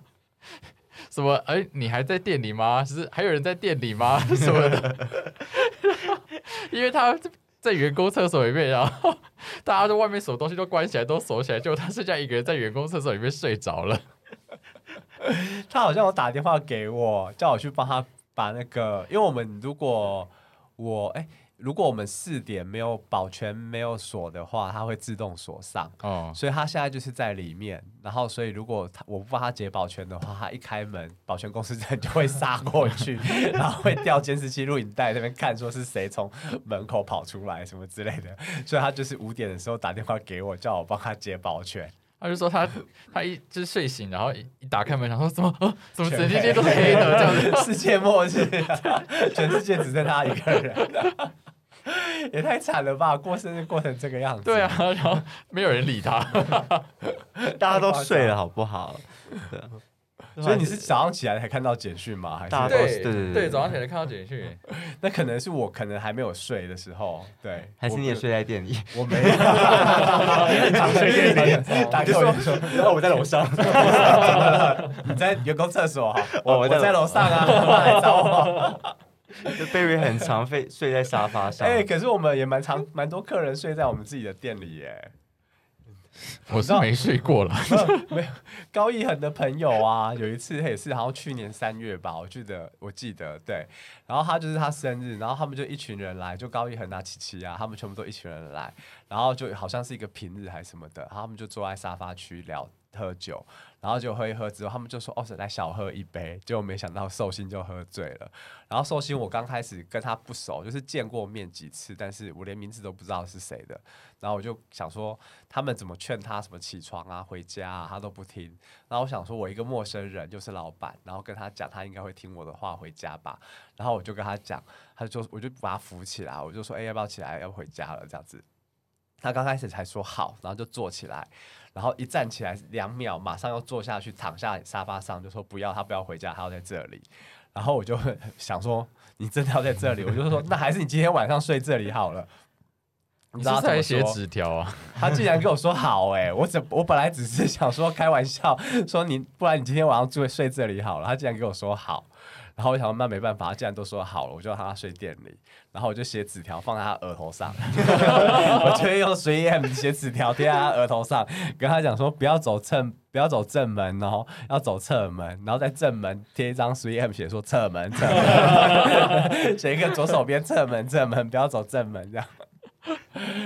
[SPEAKER 3] 什么？哎，你还在店里吗？是还有人在店里吗？ [LAUGHS] 什么的？因为他在员工厕所里面，然后 [LAUGHS] 大家都外面什么东西都关起来，都锁起来，就他剩下一个人在员工厕所里面睡着了。
[SPEAKER 1] 他好像有打电话给我，叫我去帮他把那个，因为我们如果我哎、如果我们四点没有保全没有锁的话，它会自动锁上。
[SPEAKER 3] 哦，
[SPEAKER 1] 所以他现在就是在里面，然后所以如果他我不帮他解保全的话，他一开门，保全公司人就会杀过去，然后会调监视器录影带在那边看，说是谁从门口跑出来什么之类的。所以他就是五点的时候打电话给我，叫我帮他解保全。
[SPEAKER 3] 他就说 [LAUGHS] 他他一就是睡醒，然后一一打开门，然后怎么、啊、怎么整间店都是黑的这 [LAUGHS] 样子，
[SPEAKER 1] 世界末日，全世界只剩他一个人，也太惨了吧！过生日过成这个样子，
[SPEAKER 3] 对啊，，然后没有人理他，
[SPEAKER 5] [LAUGHS] 大家都睡了，好不好？对啊，
[SPEAKER 1] 所以你是早上起来才看到简讯吗？还
[SPEAKER 5] 大
[SPEAKER 1] 是
[SPEAKER 5] 家都对对对
[SPEAKER 3] 对，早上起来看到简讯，
[SPEAKER 1] 那可能是我可能还没有睡的时候，对，
[SPEAKER 5] 还是你也睡在店里？
[SPEAKER 1] 我没有，
[SPEAKER 4] 常睡夜店
[SPEAKER 1] 打给我就说，
[SPEAKER 5] 哦，我在楼上。
[SPEAKER 1] 你在员工厕所哈，
[SPEAKER 5] 我
[SPEAKER 1] 我
[SPEAKER 5] 我
[SPEAKER 1] 我
[SPEAKER 5] 在
[SPEAKER 1] 在楼上啊，来找我。
[SPEAKER 5] 就贝瑞很常睡睡在沙发上。
[SPEAKER 1] 哎，可是我们也蛮常蛮多客人睡在我们自己的店里耶。
[SPEAKER 3] [LAUGHS] 我是没睡过了，
[SPEAKER 1] 高一恒的朋友啊， [LAUGHS] 有一次他也是，好像去年三月吧，我记得我记得对，然后他就是他生日，然后他们就一群人来，就高一恒啊、琪琪啊，他们全部都一群人来，然后就好像是一个平日还是什么的，然后他们就坐在沙发区聊喝酒，然后就喝一喝之后，他们就说哦，来小喝一杯，结果没想到寿星就喝醉了，然后寿星我刚开始跟他不熟，就是见过面几次，但是我连名字都不知道是谁的，然后我就想说他们怎么劝他什么起床啊、回家啊，他都不听。然后我想说，我一个陌生人又是老板，然后跟他讲，他应该会听我的话回家吧。然后我就跟他讲，他就我就把他扶起来，我就说，哎、要不要起来？要回家了这样子。他刚开始才说好，然后就坐起来，然后一站起来两秒，马上又坐下去，躺下沙发上，就说不要，他不要回家，他要在这里。然后我就想说，你真的要在这里？我就说，那还是你今天晚上睡这里好了。
[SPEAKER 3] 你
[SPEAKER 1] 知
[SPEAKER 3] 是
[SPEAKER 1] 道他
[SPEAKER 3] 不是
[SPEAKER 1] 怎
[SPEAKER 3] 还
[SPEAKER 1] 么
[SPEAKER 3] 写
[SPEAKER 1] 说
[SPEAKER 3] 纸条 [LAUGHS] 啊？
[SPEAKER 1] 他竟然跟我说好哎、我只我本来只是想说开玩笑，说你不然你今天晚上住睡这里好了。他竟然跟我说好，然后我想说那没办法，他既然都说好了，我就让他睡店里，然后我就写纸条放在他额头上， [LAUGHS] 我就用水眼写纸条贴在他额头上，跟他讲说不要走正不要走正门哦，要走侧门，然后在正门贴一张水眼写说侧门侧门， [LAUGHS] 写一个左手边侧门侧门，不要走正门这样。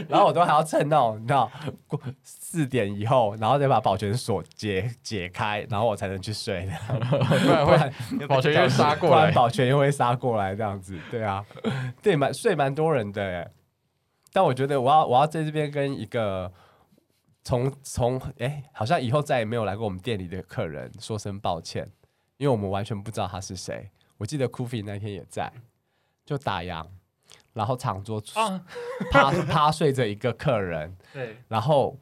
[SPEAKER 1] 然后我都还要趁那种你知道过四点以后，然后再把保全锁解解开，然后我才能去睡的，
[SPEAKER 3] 不
[SPEAKER 1] [LAUGHS]
[SPEAKER 3] 然
[SPEAKER 1] 不然
[SPEAKER 3] [LAUGHS] 会 [LAUGHS] 保全又杀
[SPEAKER 1] 不
[SPEAKER 3] 过
[SPEAKER 1] 然
[SPEAKER 3] 来，
[SPEAKER 1] 保全又会杀过来这样子。对啊，对蛮睡蛮多人的耶。但我觉得我要我要在这边跟一个从从哎，好像以后再也没有来过我们店里的客人说声抱歉，因为我们完全不知道他是谁。我记得 Kufi 那天也在，就打烊，然后长桌 [LAUGHS]
[SPEAKER 3] 哦
[SPEAKER 4] 啊，
[SPEAKER 1] 趴趴睡着一个客人，
[SPEAKER 4] 对，
[SPEAKER 1] 然后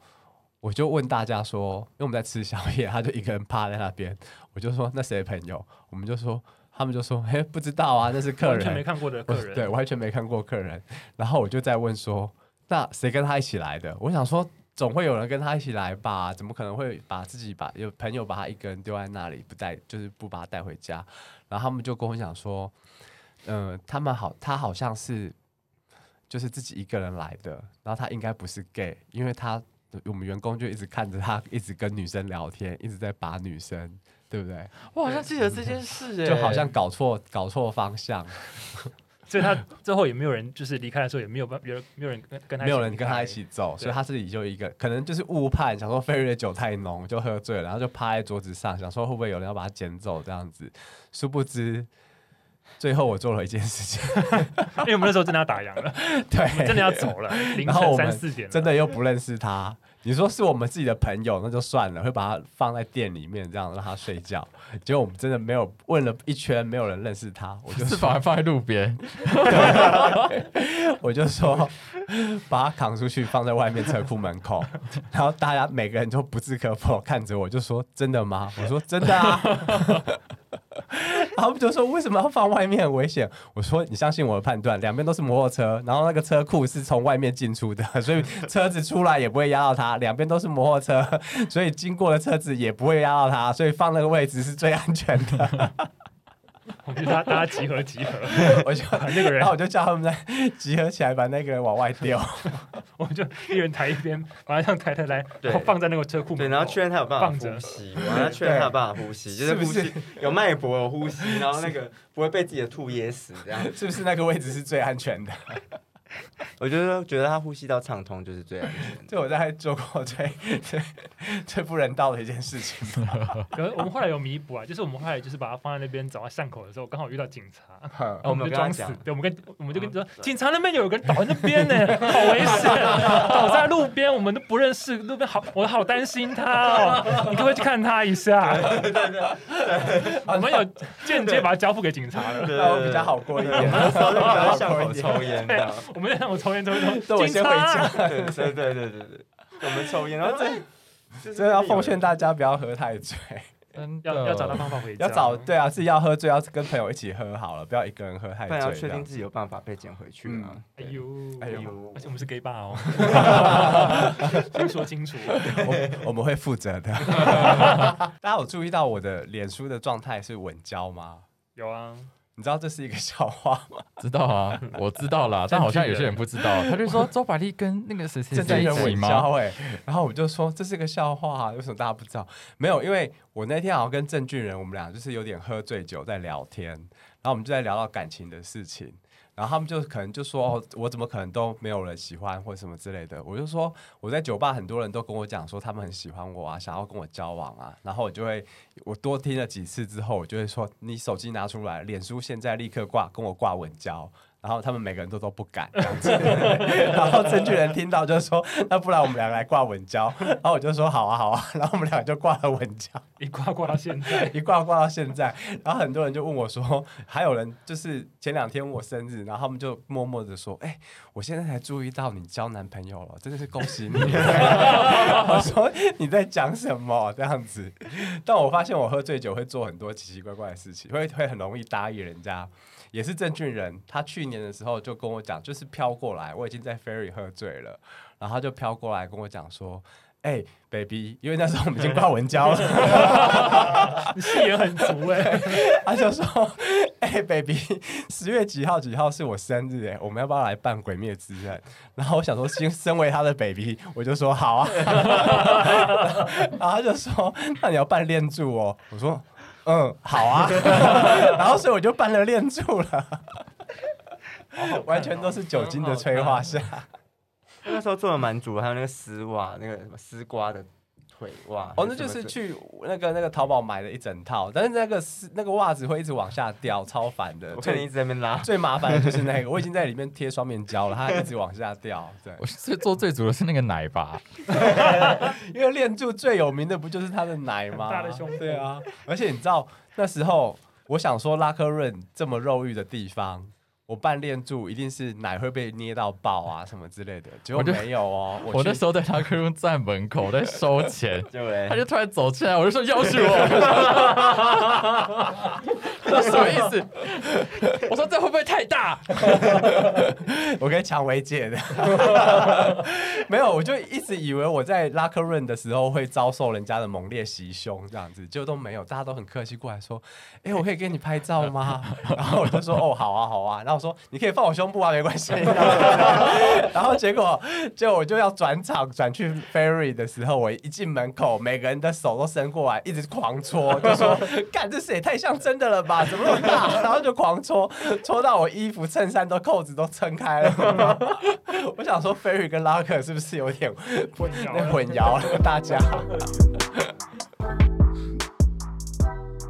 [SPEAKER 1] 我就问大家说，因为我们在吃宵夜，他就一个人趴在那边，我就说那谁的朋友？我们就说，他们就说，嘿，不知道啊，那是客
[SPEAKER 4] 完全没
[SPEAKER 1] 人，
[SPEAKER 4] 看过的
[SPEAKER 1] 我
[SPEAKER 4] 客人，
[SPEAKER 1] 对，完全没看过客人。然后我就在问说，那谁跟他一起来的？我想说。总会有人跟他一起来吧？怎么可能会把自己把有朋友把他一个人丢在那里不带，就是不把他带回家？然后他们就跟我讲说，嗯、他们好，他好像是就是自己一个人来的，然后他应该不是 gay，因为他我们员工就一直看着他，一直跟女生聊天，一直在把女生，对不对？
[SPEAKER 3] [LAUGHS] 我好像记得这件事哎，
[SPEAKER 1] 就好像搞错搞错方向，
[SPEAKER 4] 所以他最后也没有人，就是离开的时候也没有办，有人没有人跟跟他
[SPEAKER 1] 没有人
[SPEAKER 4] 离
[SPEAKER 1] 跟
[SPEAKER 4] 开
[SPEAKER 1] 他一起走，所以
[SPEAKER 4] 对
[SPEAKER 1] 他自己就一个，可能就是误判，想说菲瑞的酒太浓就喝醉了，然后就趴在桌子上，想说会不会有人要把他捡走这样子，殊不知。最后我做了一件事情，
[SPEAKER 4] [LAUGHS] 因为我们那时候真的要打烊了，
[SPEAKER 1] 对，
[SPEAKER 4] 真的要
[SPEAKER 1] [LAUGHS]
[SPEAKER 4] 走了，凌
[SPEAKER 1] 然后
[SPEAKER 4] 晨
[SPEAKER 1] 我
[SPEAKER 4] 三
[SPEAKER 1] 们
[SPEAKER 4] 四点了，
[SPEAKER 1] 真的又不认识他。你说是我们自己的朋友，那就算了，会把他放在店里面这样让他睡觉。结果我们真的没有问了一圈，没有人认识他，我就是
[SPEAKER 3] 把它放在路边，
[SPEAKER 1] [LAUGHS] 我就说把他扛出去放在外面车库门口， [LAUGHS] 然后大家每个人都不置可否看着我，就说真的吗？我说真的啊。 [LAUGHS] 然后他们就说为什么要放外面很危险？我说你相信我的判断，两边都是摩托车，然后那个车库是从外面进出的， [LAUGHS] 所以车子出来也不会压到他，两边都是摩托车，所以经过的车子也不会压到他，所以放那个位置是最安全的。 [LAUGHS]
[SPEAKER 4] 我们就大大家集合集合，
[SPEAKER 1] 我就
[SPEAKER 4] 把那个
[SPEAKER 1] 然
[SPEAKER 4] 人
[SPEAKER 1] 后我就叫他们在集合起来把那个人往外丢。
[SPEAKER 4] 我们就一人抬一边，把他这样抬抬来，
[SPEAKER 5] 对
[SPEAKER 4] 然后放在那个车库门口，
[SPEAKER 5] 对，然后确认他有办
[SPEAKER 4] 放
[SPEAKER 5] 法
[SPEAKER 4] 着
[SPEAKER 1] [LAUGHS]
[SPEAKER 5] 呼吸，我要确认他有办法呼吸，就是是
[SPEAKER 1] 不
[SPEAKER 5] 呼
[SPEAKER 1] 是
[SPEAKER 5] 吸有脉搏、
[SPEAKER 1] [LAUGHS]
[SPEAKER 5] 有呼吸，然后那个不会被自己的吐噎死这样。
[SPEAKER 1] 是不是那个位置是最安全的？ [LAUGHS]
[SPEAKER 5] 我觉得觉得他呼吸道畅通就是最安全的。
[SPEAKER 1] 这我大概做过最 [LAUGHS] 最最不人道的一件事情
[SPEAKER 5] [LAUGHS]
[SPEAKER 1] 吧。
[SPEAKER 4] 可是我们后来有弥补啊，就是我们后来就是把它放在那边走到巷口的时候，刚好遇到警察，
[SPEAKER 1] 嗯
[SPEAKER 4] 然后哦我们就装死
[SPEAKER 5] 我们，
[SPEAKER 4] 对，我们跟我们就跟你说，警察那边有个人倒在那
[SPEAKER 1] [LAUGHS]
[SPEAKER 4] 边呢，好危险，倒在路边，我们都不认识，路边好，我好担心他哦，你可不可以去看他一下？ [LAUGHS] 我们有间接把它交付给警察了。
[SPEAKER 5] 对
[SPEAKER 1] 那我比
[SPEAKER 5] [LAUGHS]
[SPEAKER 1] 较好过一
[SPEAKER 5] 对，我
[SPEAKER 1] 点。
[SPEAKER 5] 们那时候就在巷口抽烟这样。
[SPEAKER 4] 我们让我抽烟抽
[SPEAKER 1] [LAUGHS]
[SPEAKER 4] 烟
[SPEAKER 1] 那
[SPEAKER 4] 抽，
[SPEAKER 1] 我先回
[SPEAKER 4] 警察。
[SPEAKER 1] 家。
[SPEAKER 5] 对对对对对对，我们抽烟，然后这就是
[SPEAKER 1] [LAUGHS] 真的要奉劝大家不要喝太醉，
[SPEAKER 3] [LAUGHS] 真的
[SPEAKER 4] 要要找到方法回家，
[SPEAKER 1] 嗯要找对啊，自己要喝醉，要跟朋友一起喝好了，不要一个人喝太
[SPEAKER 5] 但要
[SPEAKER 1] 醉。
[SPEAKER 5] 确
[SPEAKER 1] 这样嗯
[SPEAKER 5] 定自己有办法被捡回去啊。
[SPEAKER 4] 哎呦，
[SPEAKER 1] 哎
[SPEAKER 5] 对，
[SPEAKER 1] 呦
[SPEAKER 5] 哎呦
[SPEAKER 4] 而且我们是 gay 吧
[SPEAKER 1] [LAUGHS]
[SPEAKER 4] 哦，先说清楚。
[SPEAKER 5] [LAUGHS]
[SPEAKER 1] 我我们会负责的。大家有注意到我的脸书的状态是稳交吗？
[SPEAKER 4] 有啊，
[SPEAKER 1] 你知道这是一个笑话吗？
[SPEAKER 3] 知道啊， [LAUGHS] 我知道啦，但好像有些人不知道，他就说周百丽跟那个谁谁
[SPEAKER 1] 正在
[SPEAKER 3] 谁一
[SPEAKER 1] 跟
[SPEAKER 3] 起
[SPEAKER 1] 稳
[SPEAKER 3] 吗？
[SPEAKER 1] 交哎、然后我就说这是个笑话、啊，为什么大家不知道？没有，因为我那天好像跟郑俊仁，我们俩就是有点喝醉酒在聊天，然后我们就在聊到感情的事情。然后他们就可能就说哦，我怎么可能都没有人喜欢或什么之类的？我就说我在酒吧很多人都跟我讲说他们很喜欢我啊，想要跟我交往啊。然后我就会我多听了几次之后，我就会说你手机拿出来，脸书现在立刻挂跟我挂稳交。然后他们每个人都都不敢这样子，然后证据人听到就说：“那不然我们俩来挂稳交。”然后我就说：“好啊，好啊。”然后我们俩就挂了稳交。
[SPEAKER 4] 一挂挂到现在， [LAUGHS]
[SPEAKER 1] 一挂挂到现在，然后很多人就问我说，还有人就是前两天我生日，然后他们就默默的说，哎、我现在才注意到你交男朋友了，真的是恭喜你。我说你在讲什么这样子？但我发现我喝醉酒会做很多奇奇怪怪的事情，会会很容易答应人家。也是郑俊仁，他去年的时候就跟我讲，就是飘过来，我已经在 ferry 喝醉了，然后他就飘过来跟我讲说。哎、b a b y 因为那时候我们已经挂文交了，
[SPEAKER 4] 你戏也很足哎。
[SPEAKER 1] [LAUGHS] 他就说：“哎、b a b y 十月几号几号是我生日哎，我们要不要来办《鬼灭之刃》？”然后我想说，身 [LAUGHS] 身为他的 baby，我就说好啊。 [LAUGHS] 然后他就说：“那你要办练柱哦。”我说：“嗯，好啊。” [LAUGHS] 然后所以我就办了练柱了，完全都是酒精的催化下。
[SPEAKER 5] 那时候做的蛮足，还有那个丝袜，那个什么丝瓜的腿袜。
[SPEAKER 1] 哦，那就是去那个那个淘宝买了一整套，但是那个是那个袜子会一直往下掉，超烦的。
[SPEAKER 5] 我看你一直在那边拉，
[SPEAKER 1] [LAUGHS] 最麻烦的就是那个，我已经在里面贴双面胶了，它还一直往下掉。对，
[SPEAKER 3] 我最做最足的是那个奶吧，
[SPEAKER 1] 因为练柱最有名的不就是它的奶吗？
[SPEAKER 4] 很大的胸部
[SPEAKER 1] 对啊，而且你知道那时候，我想说拉科润这么肉欲的地方。我办练柱一定是奶会被捏到爆啊什么之类的，结果
[SPEAKER 3] 我就
[SPEAKER 1] 没有哦。我
[SPEAKER 3] 我
[SPEAKER 1] 去
[SPEAKER 3] 那时候在他客户站门口在收钱，
[SPEAKER 5] 对
[SPEAKER 3] 他就突然走进来，我就说要娶我， [LAUGHS] 他说什么意思？我说这会不会太大？
[SPEAKER 1] 我跟蔷薇借的， [LAUGHS] 没有，我就一直以为我在拉克润的时候会遭受人家的猛烈袭胸这样子，结果都没有，大家都很客气过来说：“哎、我可以跟你拍照吗？”然后我就说：“哦，好啊，好啊。”然后我说：“你可以放我胸部啊，没关系。” [LAUGHS] 然后结果，结果我就要转场转去 ferry 的时候，我一进门口，每个人的手都伸过来，一直狂搓，就说：“干，这事也太像真的了吧？怎么那么大？” [LAUGHS] 然后就狂搓，搓到我衣服、衬衫都扣子都撑开了。 [LAUGHS] 我想说，ferry 跟拉克是不是有点
[SPEAKER 4] 混淆了
[SPEAKER 1] 混淆了 [LAUGHS] 大家？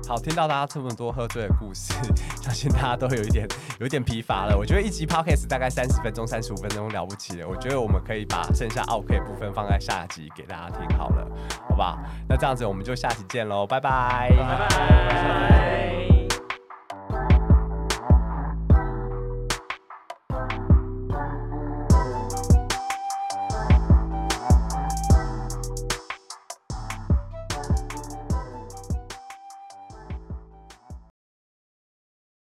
[SPEAKER 1] 好，听到大家这么多喝醉的故事， [LAUGHS] 相信大家都有一点有一点疲乏了。我觉得一集 podcast 大概三十分钟、三十五分钟了不起了。我觉得我们可以把剩下 OK 部分放在下集给大家听好了，好不好？那这样子我们就下期见喽，拜拜，拜拜。